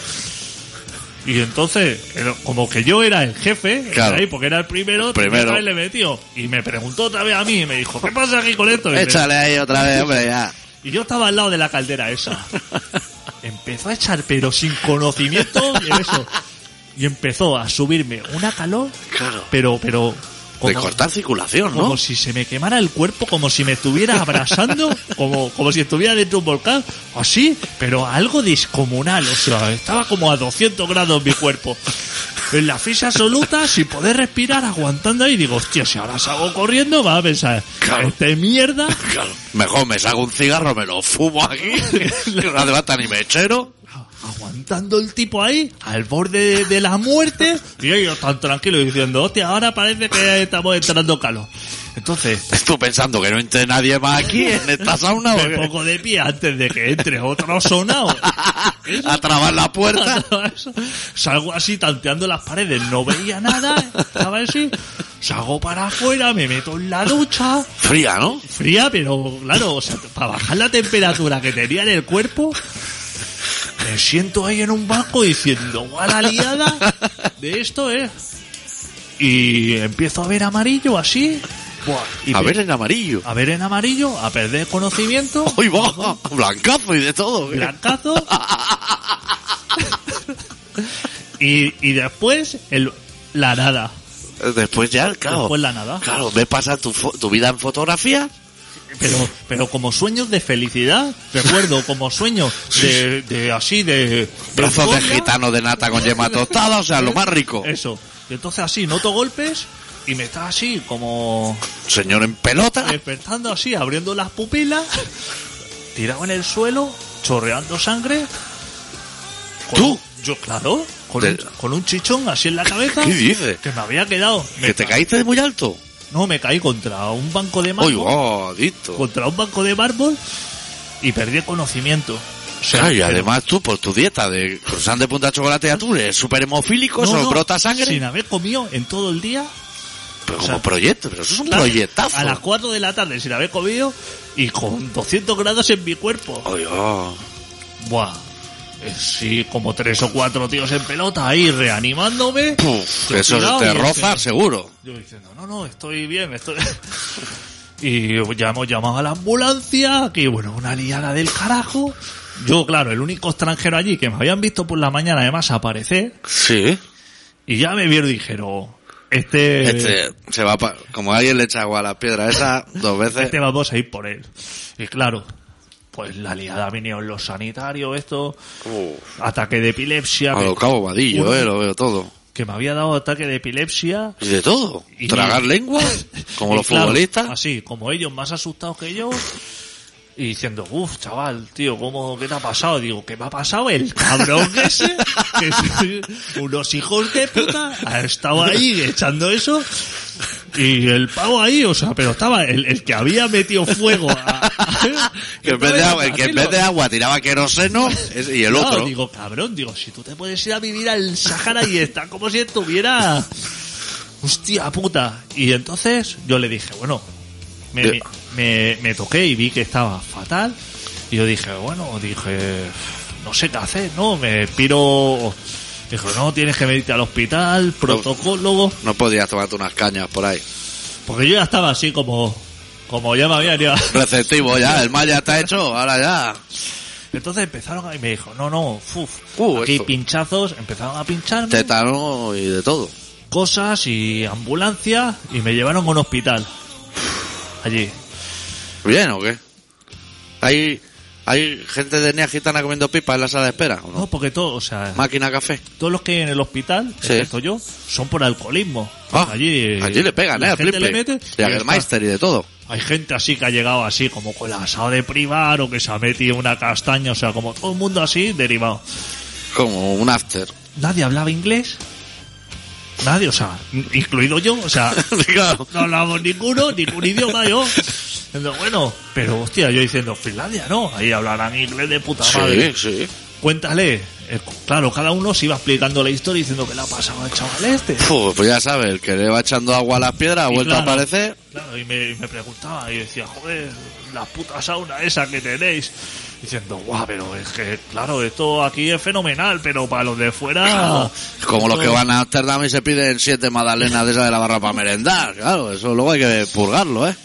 Speaker 2: Y entonces, pero como que yo era el jefe, era
Speaker 1: Claro.
Speaker 2: ahí, porque era el primero,
Speaker 1: El primero.
Speaker 2: tenía que haberle metido. Y me preguntó otra vez a mí y me dijo, ¿qué pasa aquí con esto? Y me-
Speaker 1: Échale ahí otra vez, hombre, ya.
Speaker 2: y yo estaba al lado de la
Speaker 1: [LAUGHS]
Speaker 2: caldera esa. Empezó a echar, pero sin conocimiento, y eso. Y empezó a subirme una calor,
Speaker 1: Claro.
Speaker 2: pero, pero,
Speaker 1: De
Speaker 2: como,
Speaker 1: cortar circulación, ¿no? [LAUGHS]
Speaker 2: como si se me quemara el cuerpo, como si me estuviera abrasando, [LAUGHS] como, como si estuviera dentro de un volcán, así, pero algo descomunal, o sea, estaba como a 200 grados mi cuerpo. En la fisa absoluta, sin poder respirar, aguantando ahí, digo, hostia, si ahora salgo corriendo, va a pensar,
Speaker 1: Claro.
Speaker 2: este mierda,
Speaker 1: Claro. Mejor me saco un cigarro, me lo fumo aquí.
Speaker 2: [LAUGHS]
Speaker 1: no hace falta ni mechero.
Speaker 2: aguantando el tipo ahí, al borde de, de la muerte, y ellos tan tranquilos diciendo, hostia, ahora parece que estamos entrando calor. Entonces,
Speaker 1: Estoy pensando que no entre nadie más aquí en esta sauna.
Speaker 2: me
Speaker 1: porque-
Speaker 2: pongo de pie antes de que entre otro sonado.
Speaker 1: A trabar la puerta.
Speaker 2: Salgo así tanteando las paredes, no veía nada, estaba así, salgo para afuera, me meto en la ducha,
Speaker 1: Fría, ¿no?
Speaker 2: fría, pero claro, o sea, para bajar la temperatura que tenía en el cuerpo, me siento ahí en un banco diciendo, la liada de esto es. Y empiezo a ver amarillo así. buah, y
Speaker 1: A
Speaker 2: me-
Speaker 1: ver en amarillo. [LAUGHS]
Speaker 2: a ver en amarillo, a perder conocimiento,
Speaker 1: Hoy va. Blancazo y de todo. ¿eh?
Speaker 2: blancazo. y, y después el, la nada.
Speaker 1: Después ya, claro.
Speaker 2: Después la nada.
Speaker 1: Claro, ves pasar tu, fo- tu vida en fotografía.
Speaker 2: pero pero como sueños de felicidad recuerdo como sueños de, de así de, de
Speaker 1: Brazos de
Speaker 2: coña.
Speaker 1: gitano de nata con yema tostada, o sea, lo más rico.
Speaker 2: eso y entonces así noto golpes y me está así
Speaker 1: [LAUGHS]
Speaker 2: como
Speaker 1: Señor en pelota.
Speaker 2: despertando así abriendo las pupilas tirado en el suelo chorreando sangre con-
Speaker 1: ¿Tú?
Speaker 2: yo claro con,
Speaker 1: De-
Speaker 2: un, con un chichón así en la
Speaker 1: [LAUGHS]
Speaker 2: cabeza
Speaker 1: ¿Qué dices?
Speaker 2: que me había quedado
Speaker 1: ¿Que te caíste de muy alto?
Speaker 2: no me caí contra un banco de
Speaker 1: Hoy oh,
Speaker 2: mármol
Speaker 1: va, adicto.
Speaker 2: contra un banco de mármol y perdí el conocimiento O sea,
Speaker 1: Claro, y
Speaker 2: pero-
Speaker 1: además tú, por tu dieta de croissant de punta de chocolate y atún, eres súper hemofílico,
Speaker 2: No,
Speaker 1: solo
Speaker 2: no,
Speaker 1: brota sangre.
Speaker 2: Sin haber comido en todo el día.
Speaker 1: pero
Speaker 2: o
Speaker 1: como
Speaker 2: sea,
Speaker 1: proyecto, pero eso es un
Speaker 2: claro,
Speaker 1: proyectazo.
Speaker 2: A las 4 de la tarde sin haber comido y con 200 grados en mi cuerpo.
Speaker 1: Hoy oh, va.
Speaker 2: Buah. eh, Sí, como tres o cuatro tíos en pelota ahí reanimándome.
Speaker 1: Puf,
Speaker 2: Yo
Speaker 1: eso
Speaker 2: tirado y
Speaker 1: te
Speaker 2: este-
Speaker 1: roza, seguro.
Speaker 2: Yo diciendo, no, no, estoy bien, estoy... [LAUGHS] Y ya hemos llamado a la ambulancia, que bueno, una liada del carajo. Yo, claro, el único extranjero allí que me habían visto por la mañana además aparecer,
Speaker 1: Sí.
Speaker 2: y ya me vieron y dijeron, este...
Speaker 1: Este se va pa- como alguien le echa agua a la piedra esa dos veces.
Speaker 2: Te este vamos a ir por él. Y claro, pues la liada vinieron los sanitarios, esto,
Speaker 1: Uf,
Speaker 2: ataque de epilepsia,
Speaker 1: a
Speaker 2: que,
Speaker 1: lo cabo vadillo,
Speaker 2: este, Uno.
Speaker 1: eh, lo veo todo.
Speaker 2: que me había dado ataque de epilepsia.
Speaker 1: Y de todo.
Speaker 2: Y-
Speaker 1: Tragar
Speaker 2: [LAUGHS]
Speaker 1: lengua, como
Speaker 2: Y
Speaker 1: los
Speaker 2: claro,
Speaker 1: futbolistas.
Speaker 2: Así, como ellos, más asustados que yo. Y diciendo, uff, chaval, tío, ¿cómo, ¿qué te ha pasado? Digo, ¿qué me ha pasado? El cabrón [LAUGHS] ese, que es- unos hijos de puta, ha estado ahí echando eso. Y el pavo ahí, o sea, pero estaba el, el que había metido fuego a-
Speaker 1: [LAUGHS] Que en vez de agua, que en vez de agua tiraba queroseno es- y el
Speaker 2: Claro,
Speaker 1: otro.
Speaker 2: digo, cabrón, digo, si tú te puedes ir a vivir al Sahara y está como si
Speaker 1: [LAUGHS]
Speaker 2: estuviera... Hostia puta. Y entonces yo le dije, bueno, me,
Speaker 1: Yo-
Speaker 2: me- me toqué y vi que estaba fatal. Y yo dije, bueno, dije, no sé qué hacer, ¿no? Me piro... Dijo, no, tienes que irte al hospital, protocolo...
Speaker 1: No podías tomarte unas cañas por ahí.
Speaker 2: Porque yo ya estaba así como... Como ya me
Speaker 1: [LAUGHS]
Speaker 2: había... ya-
Speaker 1: Receptivo ya, el mal ya está hecho, ahora ya.
Speaker 2: Entonces empezaron a... Y me dijo, no, no, fuf.
Speaker 1: Uh,
Speaker 2: aquí
Speaker 1: esto.
Speaker 2: pinchazos, empezaron a pincharme.
Speaker 1: Tétano y de todo.
Speaker 2: cosas y ambulancia y me llevaron a un hospital. Allí.
Speaker 1: ¿Bien o qué? ¿Hay, hay gente de etnia gitana comiendo pipa en la sala de espera? ¿o no?
Speaker 2: No, porque todo, o sea,
Speaker 1: Máquina café.
Speaker 2: todos los que en el hospital,
Speaker 1: Sí.
Speaker 2: excepto yo, son por alcoholismo.
Speaker 1: Ah,
Speaker 2: allí,
Speaker 1: allí le pegan,
Speaker 2: la
Speaker 1: ¿eh? Al
Speaker 2: gente le
Speaker 1: flipe.
Speaker 2: mete
Speaker 1: y
Speaker 2: y
Speaker 1: al
Speaker 2: está.
Speaker 1: Meister y de todo.
Speaker 2: Hay gente así que ha llegado así, como con la asado de privar o que se ha metido una castaña, o sea, como todo el mundo así, derivado.
Speaker 1: Como un after.
Speaker 2: Nadie hablaba inglés. Nadie, o sea, incluido yo,
Speaker 1: [LAUGHS]
Speaker 2: o sea,
Speaker 1: Claro.
Speaker 2: no hablamos ninguno, ningún idioma yo. Entonces, bueno, pero hostia, yo diciendo Finlandia, ¿no? Ahí hablarán inglés de puta madre.
Speaker 1: Sí, sí.
Speaker 2: Cuéntale. Eh, Claro, cada uno se iba explicando la historia diciendo que le ha pasado al chaval este.
Speaker 1: Fu, pues ya sabes, el que le va echando agua a las piedras,
Speaker 2: Y
Speaker 1: vuelta
Speaker 2: claro,
Speaker 1: a aparecer.
Speaker 2: Claro, y me, y me preguntaba, y decía, joder, la puta sauna esa que tenéis. Diciendo, guau, pero es que, claro, esto aquí es fenomenal, pero para los de fuera.
Speaker 1: Como los que
Speaker 2: esto-
Speaker 1: van a Amsterdam y se piden siete magdalenas de esa de la barra para merendar. Claro, eso luego hay que purgarlo, ¿eh?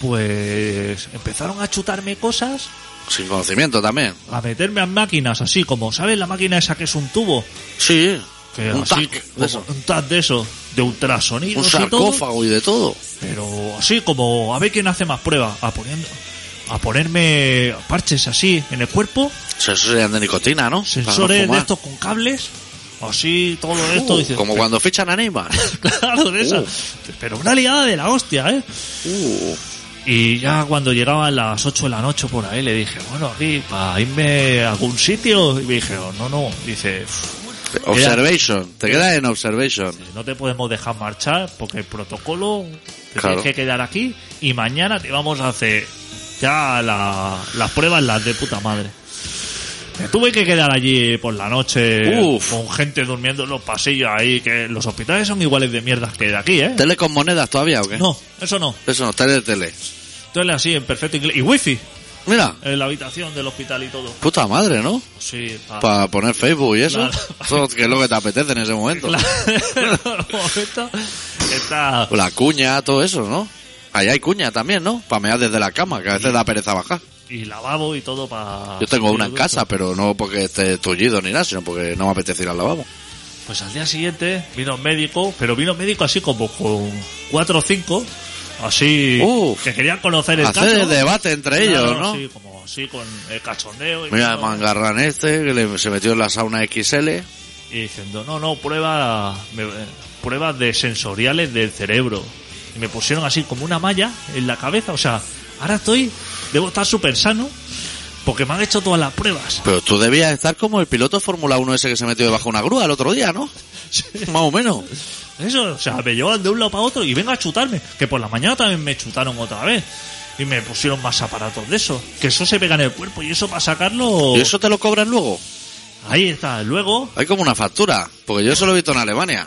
Speaker 2: Pues empezaron a chutarme cosas,
Speaker 1: Sin conocimiento también.
Speaker 2: a meterme a máquinas, así como, ¿sabes la máquina esa que es un tubo?
Speaker 1: Sí.
Speaker 2: Que
Speaker 1: un
Speaker 2: así,
Speaker 1: tanque,
Speaker 2: como-
Speaker 1: eso.
Speaker 2: un tac de eso, de
Speaker 1: Un
Speaker 2: ultrasonidos y todo.
Speaker 1: sarcófago y de todo.
Speaker 2: Pero así como a ver quién hace más pruebas, a poniendo, a ponerme parches así en el cuerpo,
Speaker 1: Eso serían de nicotina, ¿no? Para no
Speaker 2: sensores de
Speaker 1: fumar.
Speaker 2: estos con cables, así todo
Speaker 1: Uh,
Speaker 2: esto, dices,
Speaker 1: como cuando fichan a Neymar.
Speaker 2: [LAUGHS] claro de esa,
Speaker 1: Uh.
Speaker 2: pero una liada de la hostia, eh.
Speaker 1: Uh,
Speaker 2: Y ya cuando llegaban las 8 de la noche por ahí le dije, bueno, aquí, para irme a algún sitio, y me dijeron, no, no, dice,
Speaker 1: observation. Te quedas en observation.
Speaker 2: no te podemos dejar marchar porque el protocolo te
Speaker 1: Claro.
Speaker 2: tienes que quedar aquí y mañana te vamos a hacer ya la- las pruebas las de puta madre. Me tuve que quedar allí por la noche
Speaker 1: Uf.
Speaker 2: con gente durmiendo en los pasillos ahí, que los hospitales son iguales de mierdas que de aquí, ¿eh?
Speaker 1: ¿Tele con monedas todavía o qué?
Speaker 2: No, eso no.
Speaker 1: Eso no, tele de tele.
Speaker 2: Tú eres así en perfecto inglés. Y wifi
Speaker 1: Mira,
Speaker 2: en la habitación del hospital y todo.
Speaker 1: puta madre, ¿no?
Speaker 2: Sí, pa-
Speaker 1: Para poner Facebook y eso.
Speaker 2: Claro.
Speaker 1: Eso que es lo que te apetece en ese momento.
Speaker 2: Claro, en [LAUGHS] un momento está...
Speaker 1: La cuña, todo eso, ¿no? Ahí hay cuña también, ¿no? Para mear desde la cama, que a veces da pereza bajar.
Speaker 2: Y lavabo y todo para...
Speaker 1: Yo tengo una en casa, pero no porque esté tullido ni nada, sino porque no me apetece ir al lavabo.
Speaker 2: Pues al día siguiente vino un médico, pero vino un médico así como con cuatro o cinco, así
Speaker 1: Uf.
Speaker 2: que querían conocer el
Speaker 1: Hacer
Speaker 2: caso.
Speaker 1: el debate entre
Speaker 2: Claro,
Speaker 1: ellos, ¿no?
Speaker 2: Sí, como así con el cachondeo y,
Speaker 1: Mira el
Speaker 2: todo.
Speaker 1: mangarrán este, que le- se metió en la sauna XL.
Speaker 2: Y diciendo, no, no, prueba, me- pruebas de sensoriales del cerebro. Y me pusieron así como una malla en la cabeza, o sea, ahora estoy, debo estar súper sano porque me han hecho todas las pruebas. [LAUGHS]
Speaker 1: Pero tú debías estar como el piloto Fórmula 1 ese que se metió debajo de una grúa el otro día, ¿no? Más o
Speaker 2: [LAUGHS]
Speaker 1: menos.
Speaker 2: Eso, o sea, me llevan de un lado para otro y venga a chutarme. Que por la mañana también me chutaron otra vez. Y me pusieron más aparatos de eso. Que eso se pega en el cuerpo y eso para sacarlo.
Speaker 1: ¿Y eso te lo cobran luego?
Speaker 2: Ahí está. Luego
Speaker 1: Hay como una factura, porque yo eso lo he visto en Alemania.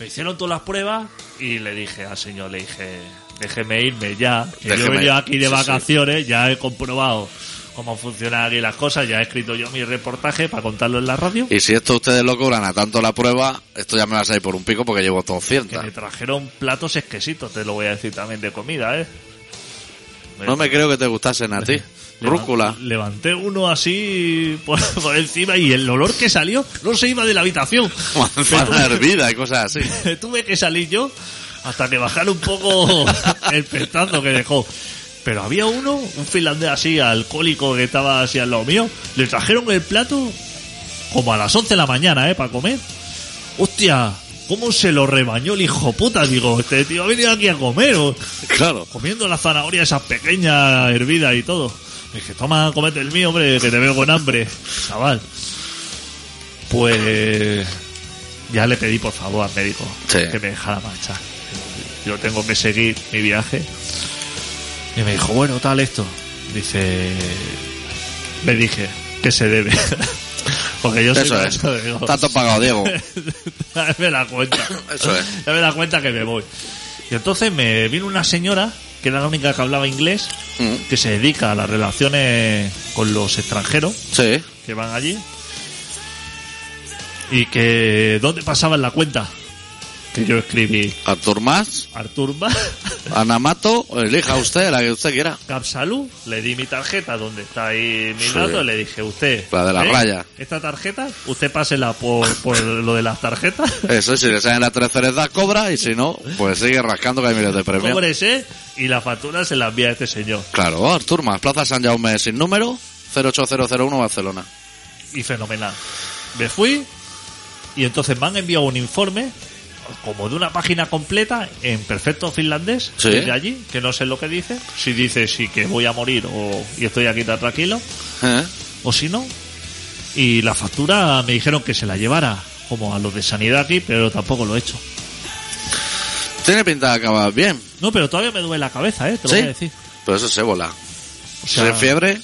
Speaker 2: me hicieron todas las pruebas y le dije al señor, le dije, déjeme irme ya. Que yo
Speaker 1: Déjeme
Speaker 2: he venido
Speaker 1: ir".
Speaker 2: aquí
Speaker 1: Sí,
Speaker 2: de
Speaker 1: sí.
Speaker 2: vacaciones, ya he comprobado cómo funcionan aquí las cosas, ya he escrito yo mi reportaje para contarlo en la radio.
Speaker 1: Y si esto ustedes lo cobran a tanto la prueba, esto ya me va a salir por un pico porque llevo
Speaker 2: Que me
Speaker 1: 200.
Speaker 2: trajeron platos exquisitos, te lo voy a decir también de comida, ¿eh?
Speaker 1: No me creo que te gustasen
Speaker 2: [LAUGHS]
Speaker 1: a ti.
Speaker 2: Levan-
Speaker 1: Rúcula.
Speaker 2: Levanté uno así por, [LAUGHS] por encima y el olor que salió no se iba de la
Speaker 1: [LAUGHS]
Speaker 2: habitación. [LAUGHS]
Speaker 1: Manzana hervida y cosas así.
Speaker 2: Me [LAUGHS] Tuve que salir yo hasta que bajar un poco [LAUGHS] el pestazo que dejó. Pero había uno, un finlandés así, alcohólico que estaba así al lado mío. Le trajeron el plato como a las 11 de la mañana, ¿eh? Para comer. Hostia, ¿cómo se lo rebañó el hijo puta? Digo, este tío ha venido aquí a comer. o-
Speaker 1: Claro.
Speaker 2: comiendo las zanahorias esas pequeñas hervidas y todo. Me dije, toma, comete el mío, hombre, que te veo con hambre, chaval. Pues ya le pedí por favor al médico
Speaker 1: Sí.
Speaker 2: que me dejara marchar. Yo tengo que seguir mi viaje. Y me dijo, bueno, tal esto. Dice, me dije, que se debe. [LAUGHS] Porque yo
Speaker 1: Eso
Speaker 2: soy
Speaker 1: es.
Speaker 2: macho, digo,
Speaker 1: Está todo pagado,
Speaker 2: [LAUGHS]
Speaker 1: Diego.
Speaker 2: ya me da cuenta.
Speaker 1: Eso es.
Speaker 2: Ya me da cuenta que me voy. Y entonces me vino una señora, que era la única que hablaba inglés,
Speaker 1: Mm.
Speaker 2: que se dedica a las relaciones con los extranjeros
Speaker 1: Sí.
Speaker 2: que van allí. Y que dónde pasaban la cuenta. Que yo escribí
Speaker 1: Artur Mas,
Speaker 2: Artur Mas,
Speaker 1: Anamato, elija usted la que usted quiera.
Speaker 2: [LAUGHS] Capsalú, le di mi tarjeta donde está ahí mi
Speaker 1: Sí.
Speaker 2: dato, le dije usted.
Speaker 1: La de la
Speaker 2: ¿eh?
Speaker 1: raya.
Speaker 2: Esta tarjeta, usted pásela por, por lo de las tarjetas.
Speaker 1: Eso, si le salen las tres cerezas, cobra y si no, pues sigue rascando que hay miles de premios.
Speaker 2: Cóbrese ¿eh? y la factura se la envía a este señor.
Speaker 1: Claro, Artur Mas, Plaza San Jaume sin número, 08001 Barcelona.
Speaker 2: Y fenomenal. Me fui y entonces me han enviado un informe como de una página completa en perfecto finlandés
Speaker 1: Sí.
Speaker 2: de allí, que no sé lo que dice, si dice si que voy a morir o y estoy aquí tan tranquilo
Speaker 1: ¿Eh?
Speaker 2: o si no. Y la factura me dijeron que se la llevara como a los de sanidad aquí, pero tampoco lo he hecho.
Speaker 1: Tiene pinta de acabar bien.
Speaker 2: No, pero todavía me duele la cabeza, ¿eh? Te lo
Speaker 1: ¿Sí?
Speaker 2: voy a decir.
Speaker 1: Pero eso es ébola.
Speaker 2: O sea,
Speaker 1: ¿Tienes fiebre?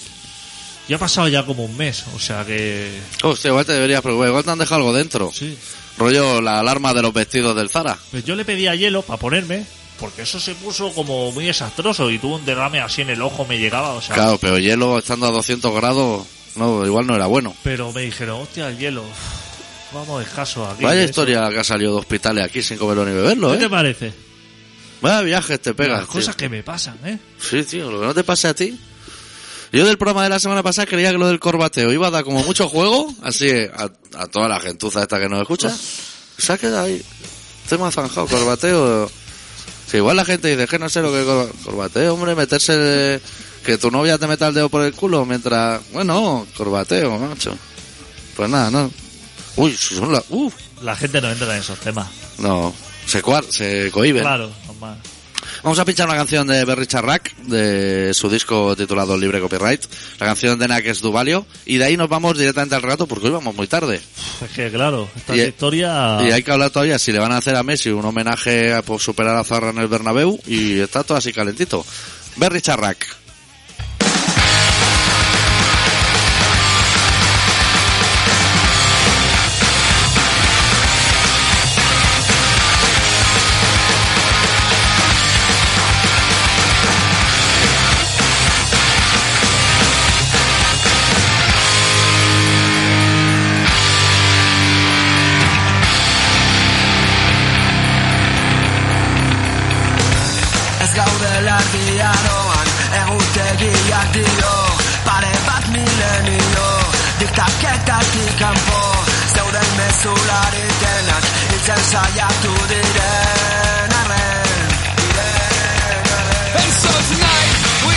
Speaker 2: ya ha pasado ya como un mes, o sea que...
Speaker 1: Hostia, Oh, igual te deberías preocupar. Igual te han dejado algo dentro.
Speaker 2: Sí.
Speaker 1: Rollo la alarma de los vestidos del Zara.
Speaker 2: Pues yo le pedía hielo para ponerme, porque eso se puso como muy desastroso y tuvo un derrame así en el ojo, me llegaba, o sea...
Speaker 1: Claro, pero hielo estando a 200 grados, no, igual no era bueno.
Speaker 2: Pero me dijeron, hostia, el hielo, vamos escaso aquí.
Speaker 1: Vaya
Speaker 2: Eso.
Speaker 1: historia que ha salido de hospitales aquí sin comerlo ni beberlo,
Speaker 2: ¿Qué te
Speaker 1: ¿eh?
Speaker 2: parece?
Speaker 1: Vaya viajes te pegas.
Speaker 2: Las
Speaker 1: tío.
Speaker 2: cosas que me pasan, ¿eh?
Speaker 1: Sí, tío, lo que no te pase a ti. Yo del programa de la semana pasada creía que lo del corbateo iba a dar como mucho juego, así a, a toda la gentuza esta que nos escucha. Se ha quedado ahí. Tema zanjado, corbateo. Que igual la gente dice que no sé lo que es corba- corbateo, hombre, meterse. de- que tu novia te meta el dedo por el culo mientras. Bueno, corbateo, macho. Pues nada, no. Uy, son las. Uh,
Speaker 2: La gente no entra en esos temas.
Speaker 1: no. Se, cuar, se cohiben.
Speaker 2: Claro, normal.
Speaker 1: Vamos a pinchar una canción de Berry Charrac, de su disco titulado Libre Copyright, la canción de Naques Duvalio, y de ahí nos vamos directamente al rato porque hoy vamos muy tarde.
Speaker 2: Es que claro, esta
Speaker 1: Y-
Speaker 2: historia...
Speaker 1: Y hay que hablar todavía si le van a hacer a Messi un homenaje a, por superar a Zarra en el Bernabéu, y está todo así calentito. Berry Charrac.
Speaker 3: Ez gaudela erdiaroan Egutegiak dio Pare bat milenio Diktaketatik kanpo Zeuden mezulari denak Itzen saiatu diren arren Diren arren
Speaker 4: And so tonight we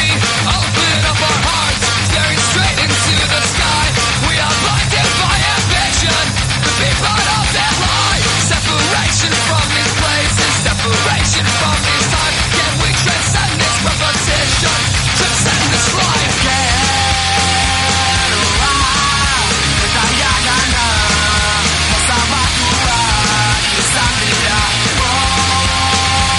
Speaker 4: open up our hearts, staring straight into the sky. We are blinded by ambition, the big part of that lie. Separation from these places, separation from these times. Can we transcend this repetition? Transcend this life.
Speaker 3: Eta iagana Mozabatuak izan dira Oh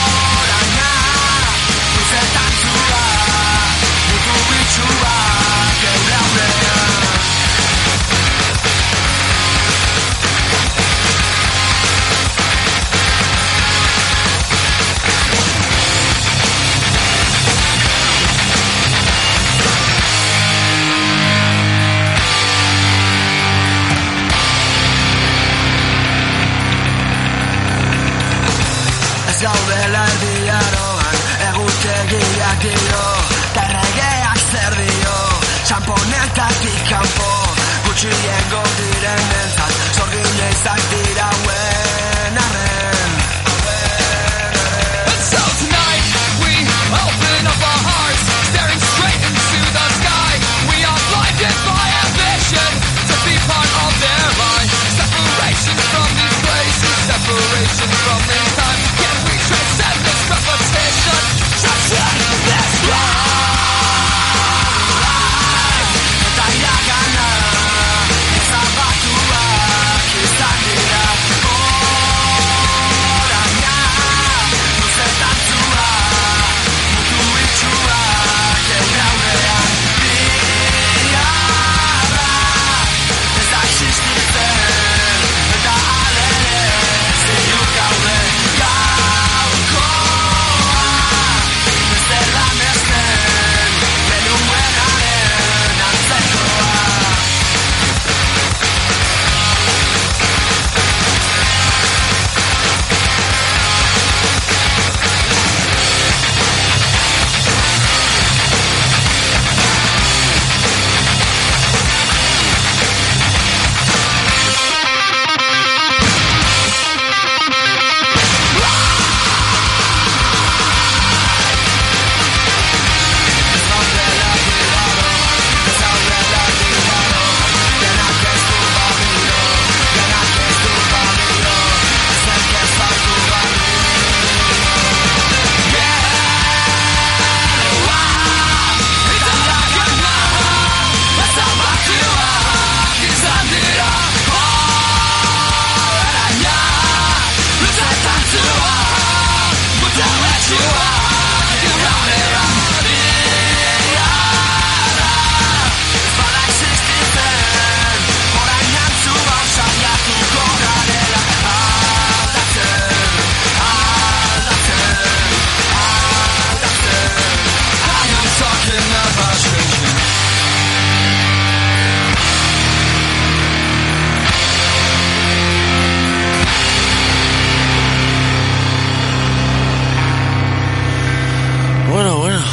Speaker 1: bueno, bueno.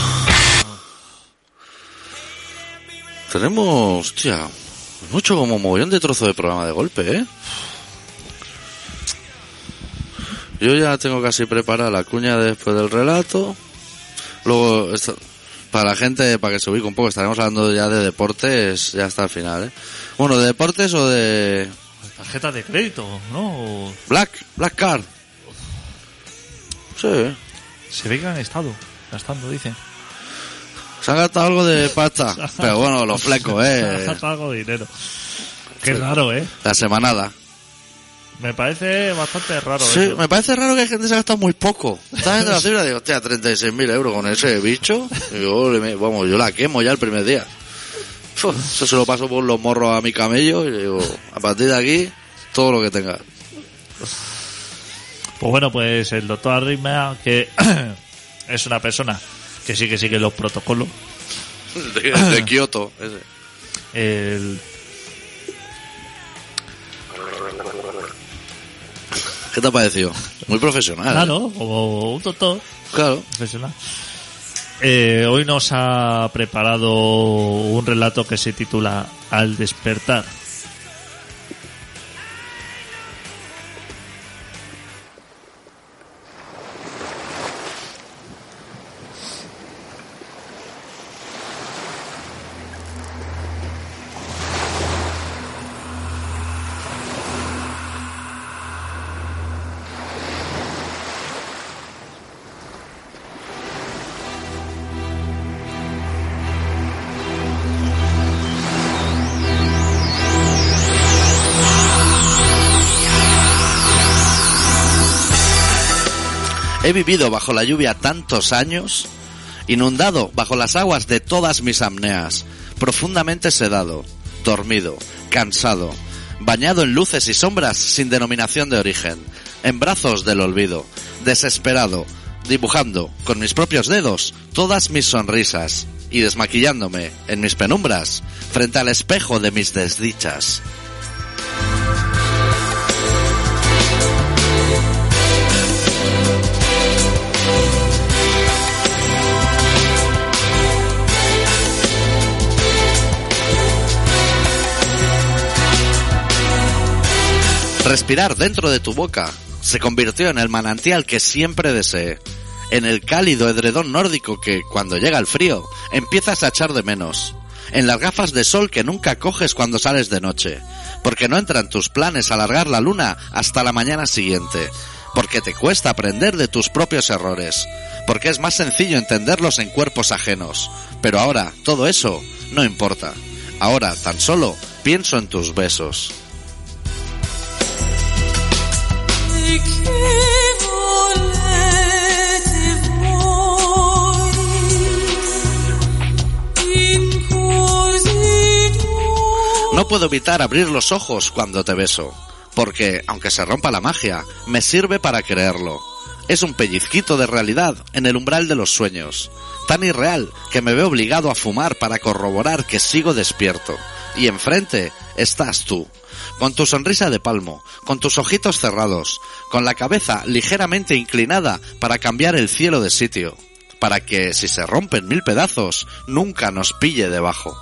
Speaker 1: Tenemos, hostia, mucho como mogollón de trozo de programa de golpe, ¿eh? Yo ya tengo casi preparada la cuña después del relato. Luego, esto- para la gente, para que se ubique un poco, estaremos hablando ya de deportes, ya hasta el final, ¿eh? Bueno, de deportes o de
Speaker 2: Tarjetas de crédito, ¿no? O-
Speaker 1: Black, Black Card. Sí,
Speaker 2: Se ve que han estado gastando, dicen.
Speaker 1: se ha gastado algo de pasta, pero bueno, los flecos,
Speaker 2: [LAUGHS] Han
Speaker 1: ¿eh?
Speaker 2: gastado algo de dinero. Qué raro, ¿eh?
Speaker 1: La semanada.
Speaker 2: Me parece bastante raro.
Speaker 1: Sí,
Speaker 2: eso.
Speaker 1: me parece raro que hay gente que se ha gastado muy poco. Estás viendo la cifra y digo, hostia, 36.000 euros con ese bicho. Y yo, le me- vamos, yo la quemo ya el primer día. Fu, Eso se lo paso por los morros a mi camello y le digo, a partir de aquí, todo lo que
Speaker 2: [LAUGHS]
Speaker 1: tenga.
Speaker 2: Pues bueno, pues el doctor Arritmia, que [CLEARS THROAT] es una persona que sí que sigue los protocolos,
Speaker 1: De, de Kioto, ese.
Speaker 2: el
Speaker 1: ¿Qué te ha parecido? Muy profesional.
Speaker 2: Claro, como un doctor
Speaker 1: Claro.
Speaker 2: profesional. Eh, hoy nos ha preparado un relato que se titula Al despertar.
Speaker 1: He vivido bajo la lluvia tantos años, inundado bajo las aguas de todas mis apneas, profundamente sedado, dormido, cansado, bañado en luces y sombras sin denominación de origen, en brazos del olvido, desesperado, dibujando con mis propios dedos todas mis sonrisas y desmaquillándome en mis penumbras frente al espejo de mis desdichas. Respirar dentro de tu boca se convirtió en el manantial que siempre deseé, en el cálido edredón nórdico que, cuando llega el frío, empiezas a echar de menos, en las gafas de sol que nunca coges cuando sales de noche, porque no entran tus planes alargar la luna hasta la mañana siguiente, porque te cuesta aprender de tus propios errores, porque es más sencillo entenderlos en cuerpos ajenos, pero ahora todo eso no importa, ahora tan solo pienso en tus besos. No puedo evitar abrir los ojos cuando te beso, porque, aunque se rompa la magia, me sirve para creerlo. Es un pellizquito de realidad en el umbral de los sueños, tan irreal que me veo obligado a fumar para corroborar que sigo despierto. Y enfrente estás tú, con tu sonrisa de palmo, con tus ojitos cerrados, con la cabeza ligeramente inclinada para cambiar el cielo de sitio, para que, si se rompen mil pedazos, nunca nos pille debajo.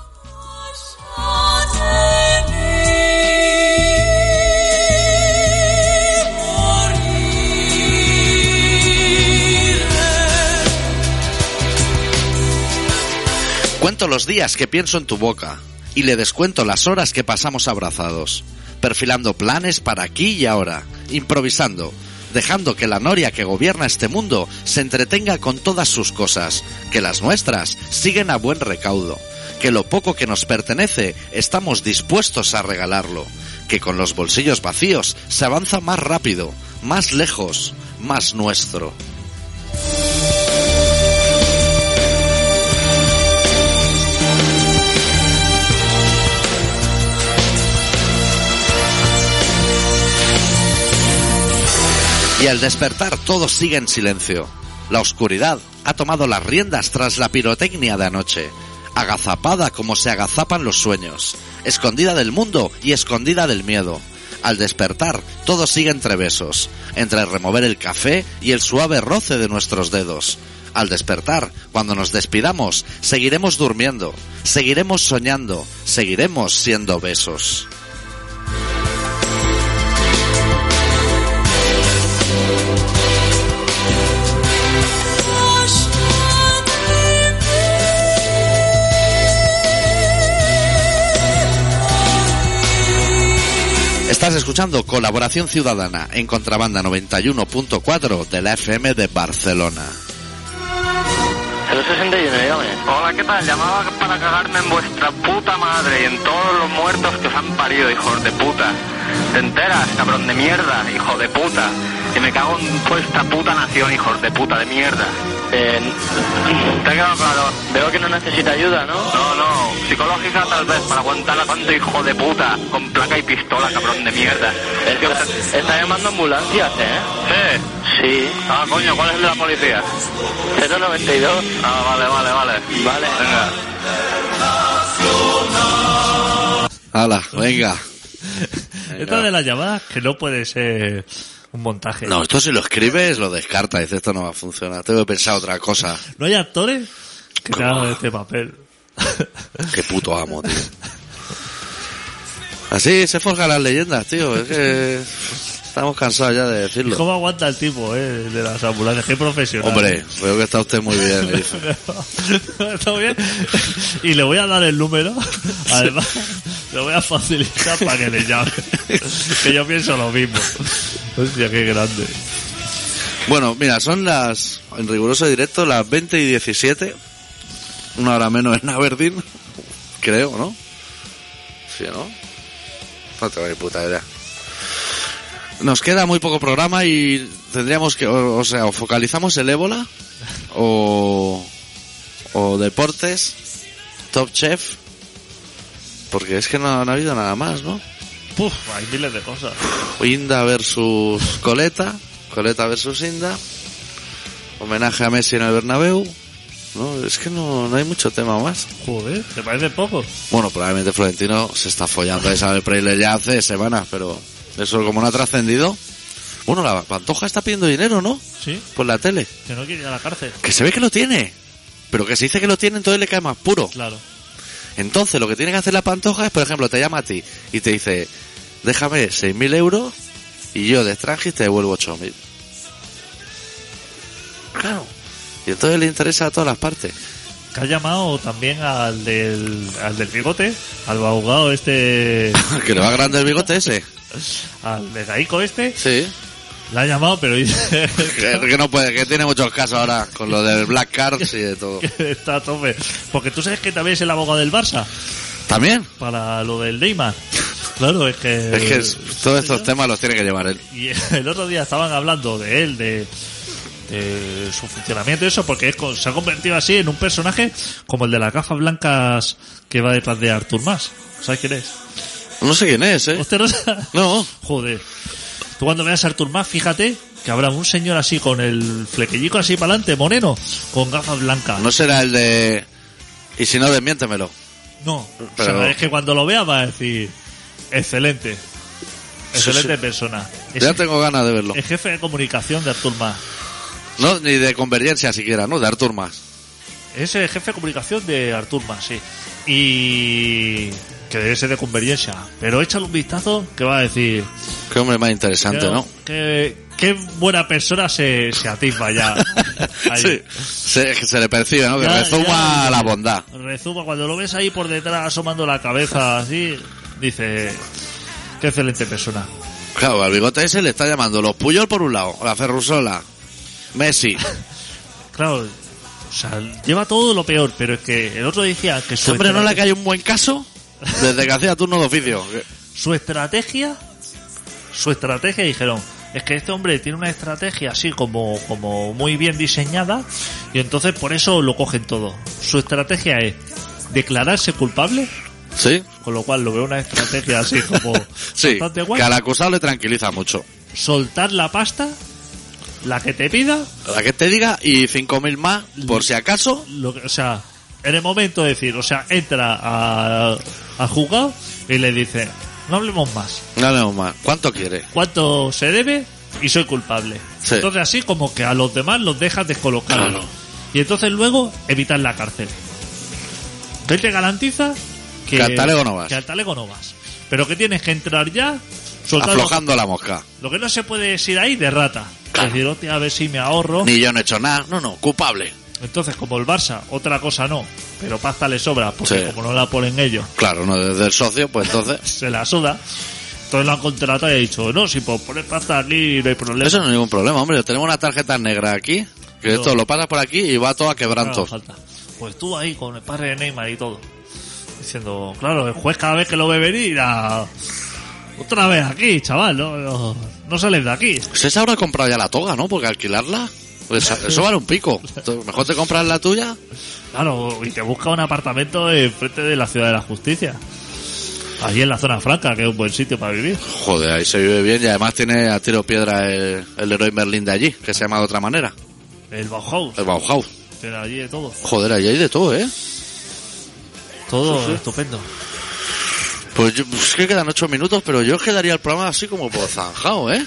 Speaker 1: Cuento los días que pienso en tu boca y le descuento las horas que pasamos abrazados, perfilando planes para aquí y ahora, improvisando, dejando que la noria que gobierna este mundo se entretenga con todas sus cosas, que las nuestras siguen a buen recaudo, que lo poco que nos pertenece estamos dispuestos a regalarlo, que con los bolsillos vacíos se avanza más rápido, más lejos, más nuestro. Y al despertar todo sigue en silencio. La oscuridad ha tomado las riendas tras la pirotecnia de anoche, agazapada como se agazapan los sueños, escondida del mundo y escondida del miedo. Al despertar todo sigue entre besos, entre remover el café y el suave roce de nuestros dedos. Al despertar, cuando nos despidamos, seguiremos durmiendo, seguiremos soñando, seguiremos siendo besos. Estás escuchando Colaboración Ciudadana en Contrabanda 91.4 de la FM de Barcelona.
Speaker 5: 061, dígame.
Speaker 6: Hola, ¿qué tal? Llamaba para cagarme en vuestra puta madre y en todos los muertos que os han parido, hijos de puta. ¿Te enteras, cabrón de mierda, hijo de puta? Que me cago en vuestra puta nación, hijos de puta de mierda.
Speaker 5: Eh, te ha quedado claro. Veo que no necesita ayuda, ¿no?
Speaker 6: No, no, psicológica tal vez, para aguantar a tanto hijo de puta, con placa y pistola, cabrón de mierda.
Speaker 5: Es que está, está llamando ambulancias, ¿eh?
Speaker 6: Sí.
Speaker 5: Sí.
Speaker 6: Ah, coño, ¿cuál es el de la policía?
Speaker 5: 092.
Speaker 6: Ah, vale, vale, vale.
Speaker 5: Vale.
Speaker 6: Venga.
Speaker 1: Hala, venga.
Speaker 2: Esta de las llamadas que no puede ser un montaje.
Speaker 1: No, esto si lo escribes lo descarta, dice esto no va a funcionar, tengo que pensar otra cosa.
Speaker 2: ¿No hay actores que te hagan este papel.
Speaker 1: Qué puto amo, tío. Así se forjan las leyendas, tío, es que estamos cansados ya de decirlo.
Speaker 2: [LAUGHS] ¿Cómo aguanta el tipo, eh? De las ambulancias. Qué profesional.
Speaker 1: Hombre, veo que está usted muy bien, le dice.
Speaker 2: [LAUGHS] Está bien. Y le voy a dar el número. Además, le voy a facilitar para que le llame. Que yo pienso lo mismo. Hostia, qué grande.
Speaker 1: Bueno, mira, son las, en riguroso directo, las 20 y 17. Una hora menos en Aberdeen. Creo, ¿no? Sí, ¿no? No tengo ni puta idea. Nos queda muy poco programa y tendríamos que, o, o sea, o focalizamos el ébola, o, o deportes, Top Chef, porque es que no, no ha habido nada más, ¿no?
Speaker 2: Puf, hay miles de cosas.
Speaker 1: Inda versus Coleta, Coleta versus Inda, homenaje a Messi en el Bernabéu. No, es que no, no hay mucho tema más.
Speaker 2: Joder, ¿te parece poco?
Speaker 1: Bueno, probablemente Florentino se está follando a Isabel Preyle ya hace semanas, pero eso como no ha trascendido. Bueno, la Pantoja está pidiendo dinero, ¿no?
Speaker 2: Sí.
Speaker 1: Por la tele.
Speaker 2: Que no quiere ir a la cárcel.
Speaker 1: Que se ve que lo tiene. Pero que se dice que lo tiene, entonces le cae más puro.
Speaker 2: Claro.
Speaker 1: Entonces, lo que tiene que hacer la pantoja es, por ejemplo, te llama a ti y te dice, déjame 6.000 euros y yo de extranjis te devuelvo 8.000. Claro. Y entonces le interesa a todas las partes.
Speaker 2: Que ha llamado también al del, al del bigote, al abogado este,
Speaker 1: [LAUGHS] que le va grande el bigote ese.
Speaker 2: al de Gaico este.
Speaker 1: Sí.
Speaker 2: La ha llamado, pero dice [LAUGHS]
Speaker 1: Que, que no puede, que tiene muchos casos ahora con lo del Black Cards y de todo.
Speaker 2: que está a tope. Porque tú sabes que también es el abogado del Barça
Speaker 1: También.
Speaker 2: para lo del Neymar. Claro, es que...
Speaker 1: Es que es- todos estos temas los tiene que llevar él.
Speaker 2: Y el otro día estaban hablando de él, de, de su funcionamiento y eso, porque es con- se ha convertido así en un personaje como el de las gafas blancas que va detrás de Artur Mas. ¿Sabes quién es?
Speaker 1: No sé quién es, ¿eh?
Speaker 2: ¿Usted no sabe?
Speaker 1: No.
Speaker 2: Joder. Tú cuando veas a Artur Mas, fíjate que habrá un señor así con el flequillico así para adelante, moreno, con gafas blancas.
Speaker 1: No será el de... Y si no, desmiéntemelo.
Speaker 2: No,
Speaker 1: Pero-
Speaker 2: o sea, es que cuando lo veas va a decir, excelente,
Speaker 1: Sí,
Speaker 2: excelente persona. Es
Speaker 1: Ya tengo ganas de verlo.
Speaker 2: el jefe de comunicación de Artur Mas.
Speaker 1: No, ni de convergencia siquiera, ¿no? De Artur Mas.
Speaker 2: Es el jefe de comunicación de Artur Mas, sí. Y que debe ser de convergencia. Pero échale un vistazo que va a decir...
Speaker 1: Qué hombre más interesante, [LAUGHS]
Speaker 2: que-
Speaker 1: ¿no?
Speaker 2: que- Qué buena persona se, se
Speaker 1: [LAUGHS]
Speaker 2: atisba ya. Ahí.
Speaker 1: Sí. Se, se le percibe, ¿no? Que
Speaker 2: Ya,
Speaker 1: rezuma
Speaker 2: ya.
Speaker 1: la bondad.
Speaker 2: Rezuma, cuando lo ves ahí por detrás asomando la cabeza así, dice... Qué excelente persona.
Speaker 1: Claro, al bigote ese le está llamando los Puyol por un lado, la Ferrusola, Messi.
Speaker 2: Claro, o sea, lleva todo lo peor, pero es que el otro decía que
Speaker 1: Este [LAUGHS]
Speaker 2: su,
Speaker 1: hombre no le
Speaker 2: estrate-
Speaker 1: cae un buen caso desde que hacía turno de oficio.
Speaker 2: su estrategia, su estrategia, dijeron, es que este hombre tiene una estrategia así como, como muy bien diseñada y entonces por eso lo cogen todo. Su estrategia es declararse culpable,
Speaker 1: ¿Sí?
Speaker 2: con lo cual lo veo una estrategia así como
Speaker 1: Sí.
Speaker 2: bastante guay.
Speaker 1: Que al acusado le tranquiliza mucho.
Speaker 2: Soltar la pasta, la que te pida,
Speaker 1: La que te diga y 5.000 más por si acaso.
Speaker 2: lo que- o sea, en el momento de decir, o sea, entra a, a juzgado y le dice, no hablemos más,
Speaker 1: No hablemos más. ¿Cuánto quiere?
Speaker 2: cuánto se debe y soy culpable.
Speaker 1: Sí.
Speaker 2: Entonces así como que a los demás los dejas descolocados.
Speaker 1: Claro.
Speaker 2: Y entonces luego evitas la cárcel. Él te garantiza que,
Speaker 1: Que al talego no vas.
Speaker 2: que al talego no vas. Pero que tienes que entrar ya,
Speaker 1: Pues
Speaker 2: soltar lo-
Speaker 1: Aflojando la mosca.
Speaker 2: Lo que no se puede es ir ahí de rata.
Speaker 1: Claro.
Speaker 2: Decir, hostia, a ver si me ahorro.
Speaker 1: Ni yo no he hecho nada. No, no, culpable.
Speaker 2: Entonces, como el Barça, otra cosa no, pero pasta le sobra, porque
Speaker 1: Sí.
Speaker 2: como no la ponen ellos, [LAUGHS]
Speaker 1: Claro, no, desde el socio, pues entonces.
Speaker 2: se la suda. Entonces lo han contratado y ha dicho, no, si por poner pasta aquí no hay problema.
Speaker 1: Eso no es ningún problema, hombre. Tenemos una tarjeta negra aquí. Que
Speaker 2: No.
Speaker 1: esto lo pasas por aquí y va todo a
Speaker 2: No haga
Speaker 1: quebrantos.
Speaker 2: falta. Pues tú ahí con el padre de Neymar y todo. Diciendo, claro, el juez cada vez que lo ve venir irá, Otra vez aquí, chaval, no, no, no sales de aquí.
Speaker 1: Se se Pues habrá comprado ya la toga, ¿no? Porque alquilarla. Pues eso vale un pico. Entonces, Mejor te compras la tuya.
Speaker 2: Claro, y te busca un apartamento enfrente de la ciudad de la justicia. Allí en la zona franca, que es un buen sitio para vivir.
Speaker 1: Joder, ahí se vive bien y además tiene a tiro piedra el, el Leroy Merlin de allí, que se llama de otra manera,
Speaker 2: El Bauhaus,
Speaker 1: el Bauhaus.
Speaker 2: tiene allí de todo.
Speaker 1: Joder, ahí hay de todo, ¿eh?
Speaker 2: Todo estupendo.
Speaker 1: Pues yo, es que quedan ocho minutos, pero yo quedaría el programa así como por zanjado, ¿eh?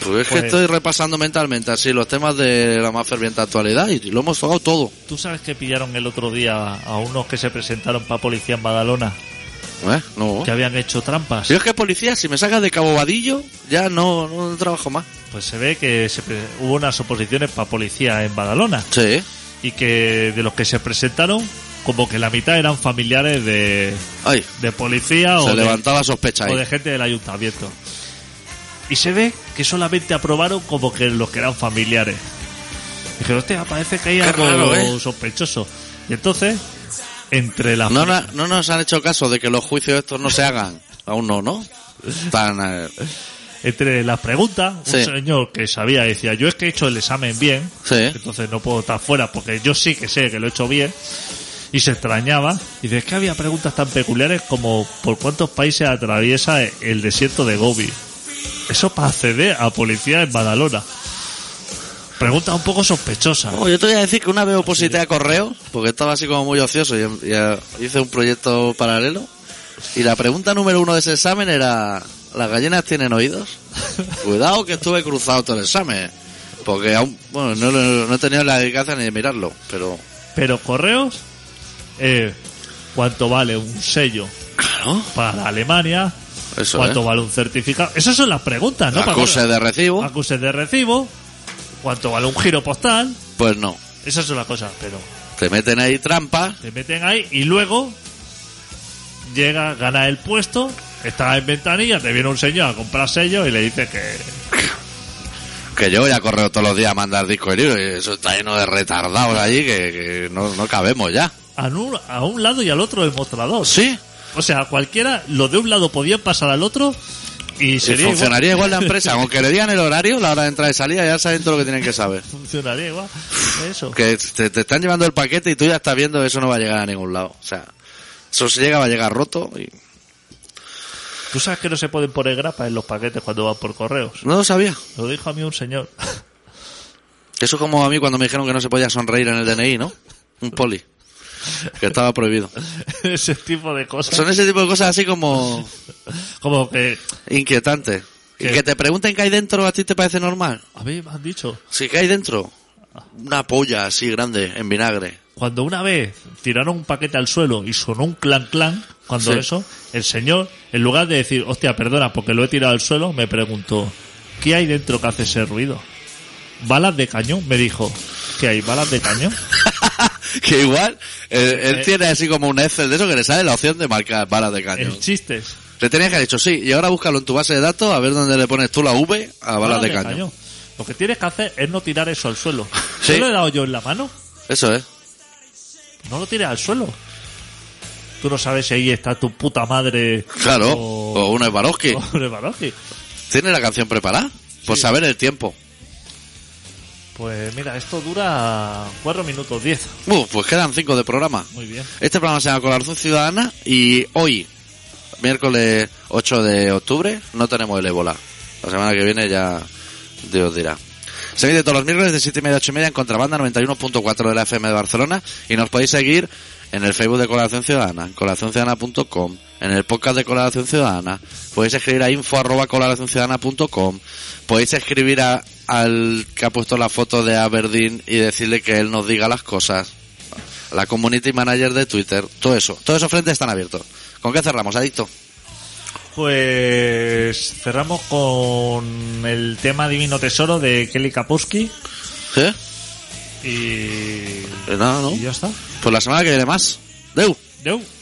Speaker 1: Pues es que
Speaker 2: Pues-
Speaker 1: estoy repasando mentalmente así los temas de la más ferviente actualidad y lo hemos tocado todo,
Speaker 2: ¿Tú sabes que pillaron el otro día a unos que se presentaron para policía en Badalona
Speaker 1: ¿eh? No.
Speaker 2: que habían hecho trampas?
Speaker 1: Si es que policía, si me sacas de Cabo Vadillo, ya no, no trabajo más.
Speaker 2: Pues se ve que se pre- hubo unas oposiciones para policía en Badalona
Speaker 1: Sí.
Speaker 2: y que de los que se presentaron, como que la mitad eran familiares de,
Speaker 1: Ay,
Speaker 2: de policía o
Speaker 1: se
Speaker 2: de,
Speaker 1: levantaba sospecha
Speaker 2: o de
Speaker 1: ahí.
Speaker 2: gente del ayuntamiento. Y se ve que solamente aprobaron como que los que eran familiares. Dije, hostia, parece que hay
Speaker 1: Qué
Speaker 2: algo
Speaker 1: raro, ¿eh?"
Speaker 2: sospechoso. Y entonces, entre las
Speaker 1: No, na- no nos han hecho caso de que los juicios estos no se hagan. Aún no, ¿no? Tan, eh,
Speaker 2: Entre las preguntas, un
Speaker 1: Sí.
Speaker 2: señor que sabía decía, yo es que he hecho el examen bien,
Speaker 1: sí.
Speaker 2: entonces no puedo estar fuera porque yo sí que sé que lo he hecho bien. Y se extrañaba. Y dice, es que había preguntas tan peculiares como por cuántos países atraviesa el desierto de Gobi. Eso para acceder a policía en Badalona. Pregunta un poco sospechosa.
Speaker 1: No, yo te voy a decir que una vez oposité a correo, porque estaba así como muy ocioso y, y, eh, hice un proyecto paralelo. Y la pregunta número uno de ese examen era, ¿las gallinas tienen oídos? [LAUGHS] Cuidado que estuve cruzado todo el examen, porque aún, bueno, no, lo- no he tenido la dedicación ni de mirarlo, pero...
Speaker 2: Pero correos, eh, ¿cuánto vale un sello
Speaker 1: Claro,
Speaker 2: para Alemania?
Speaker 1: eso ¿eh?
Speaker 2: ¿Cuánto
Speaker 1: es.
Speaker 2: vale un certificado? Esas son las preguntas, ¿no? Para-
Speaker 1: Acuse de recibo,
Speaker 2: acuses de recibo, cuánto vale un giro postal,
Speaker 1: pues no.
Speaker 2: esas son las cosas, pero
Speaker 1: Te meten ahí trampas,
Speaker 2: te meten ahí y luego llega, gana el puesto, estás en ventanilla, te viene un señor a comprar sellos y le dice que
Speaker 1: que yo voy a correo todos los días a mandar disco y libro, y eso está lleno de retardados allí que, que no, no cabemos ya.
Speaker 2: a un, a un lado y al otro el mostrador.
Speaker 1: Sí,
Speaker 2: O sea, cualquiera, lo de un lado podía pasar al otro y
Speaker 1: Si
Speaker 2: sería
Speaker 1: funcionaría igual. la empresa, aunque le digan el horario, la hora de entrada y salida, ya saben todo lo que tienen que saber.
Speaker 2: [LAUGHS] funcionaría igual. Eso.
Speaker 1: Que te, te están llevando el paquete y tú ya estás viendo que eso no va a llegar a ningún lado. O sea, eso si llega va a llegar roto. Y...
Speaker 2: Tú sabes que no se pueden poner grapas en los paquetes cuando van por correos.
Speaker 1: No lo sabía.
Speaker 2: Lo dijo a mí un señor. [LAUGHS]
Speaker 1: Eso es como a mí cuando me dijeron que no se podía sonreír en el DNI, ¿no? Un poli. Que estaba prohibido.
Speaker 2: Ese tipo de cosas.
Speaker 1: Son ese tipo de cosas así como
Speaker 2: Como que
Speaker 1: inquietantes. Y
Speaker 2: ¿Qué?
Speaker 1: que te pregunten qué hay dentro, ¿a ti te parece normal?
Speaker 2: a mí me han dicho
Speaker 1: Sí, ¿qué hay dentro? Una polla así grande, en vinagre. [LAUGHS]
Speaker 2: Cuando una vez tiraron un paquete al suelo y sonó un clan clan, cuando
Speaker 1: Sí.
Speaker 2: eso, el señor, en lugar de decir, hostia, perdona porque lo he tirado al suelo, me preguntó, ¿qué hay dentro que hace ese ruido? ¿Balas de cañón? Me dijo, ¿qué hay? ¿Balas de cañón?
Speaker 1: que igual eh, él
Speaker 2: Eh.
Speaker 1: tiene así como un Excel de eso que le sale la opción de marcar balas de
Speaker 2: El
Speaker 1: cañón.
Speaker 2: chiste es,
Speaker 1: Le tenías que haber dicho sí, y ahora búscalo en tu base de datos a ver dónde le pones tú la V a balas de cañón.
Speaker 2: Lo que tienes que hacer es no tirar eso al suelo.
Speaker 1: Sí.
Speaker 2: ¿No lo he dado yo en la mano?
Speaker 1: Eso es.
Speaker 2: No lo tires al suelo. Tú no sabes si ahí está tu puta madre.
Speaker 1: Claro.
Speaker 2: O,
Speaker 1: O uno es
Speaker 2: [LAUGHS]
Speaker 1: Barowski.
Speaker 2: o Revaroski.
Speaker 1: ¿Tiene la canción preparada? Pues saber el tiempo.
Speaker 2: Pues mira, esto dura 4 minutos 10.
Speaker 1: Uh, pues quedan cinco de programa.
Speaker 2: Muy bien.
Speaker 1: Este programa se llama Colaboración Ciudadana y hoy, miércoles 8 de octubre, no tenemos el ébola. La semana que viene ya Dios dirá. Se emite todos los miércoles de 7 y media a 8 y media en contrabanda 91.4 de la FM de Barcelona y nos podéis seguir en el Facebook de Colaboración Ciudadana, en colaboracionciudadana.com, en el podcast de Colaboración Ciudadana, podéis escribir a info arroba colaboracionciudadana.com, podéis escribir a- al que ha puesto la foto de Aberdeen y decirle que él nos diga las cosas, a la community manager de Twitter, todo eso, todos esos frentes están abiertos. ¿Con qué cerramos, adicto?
Speaker 2: Pues cerramos con el tema Divino Tesoro de Kelly Kapowski
Speaker 1: ¿Sí?
Speaker 2: y...
Speaker 1: Eh, Nada, Pues ¿no?
Speaker 2: y ya está.
Speaker 1: Pues la semana que viene más. Deu.
Speaker 2: Deu.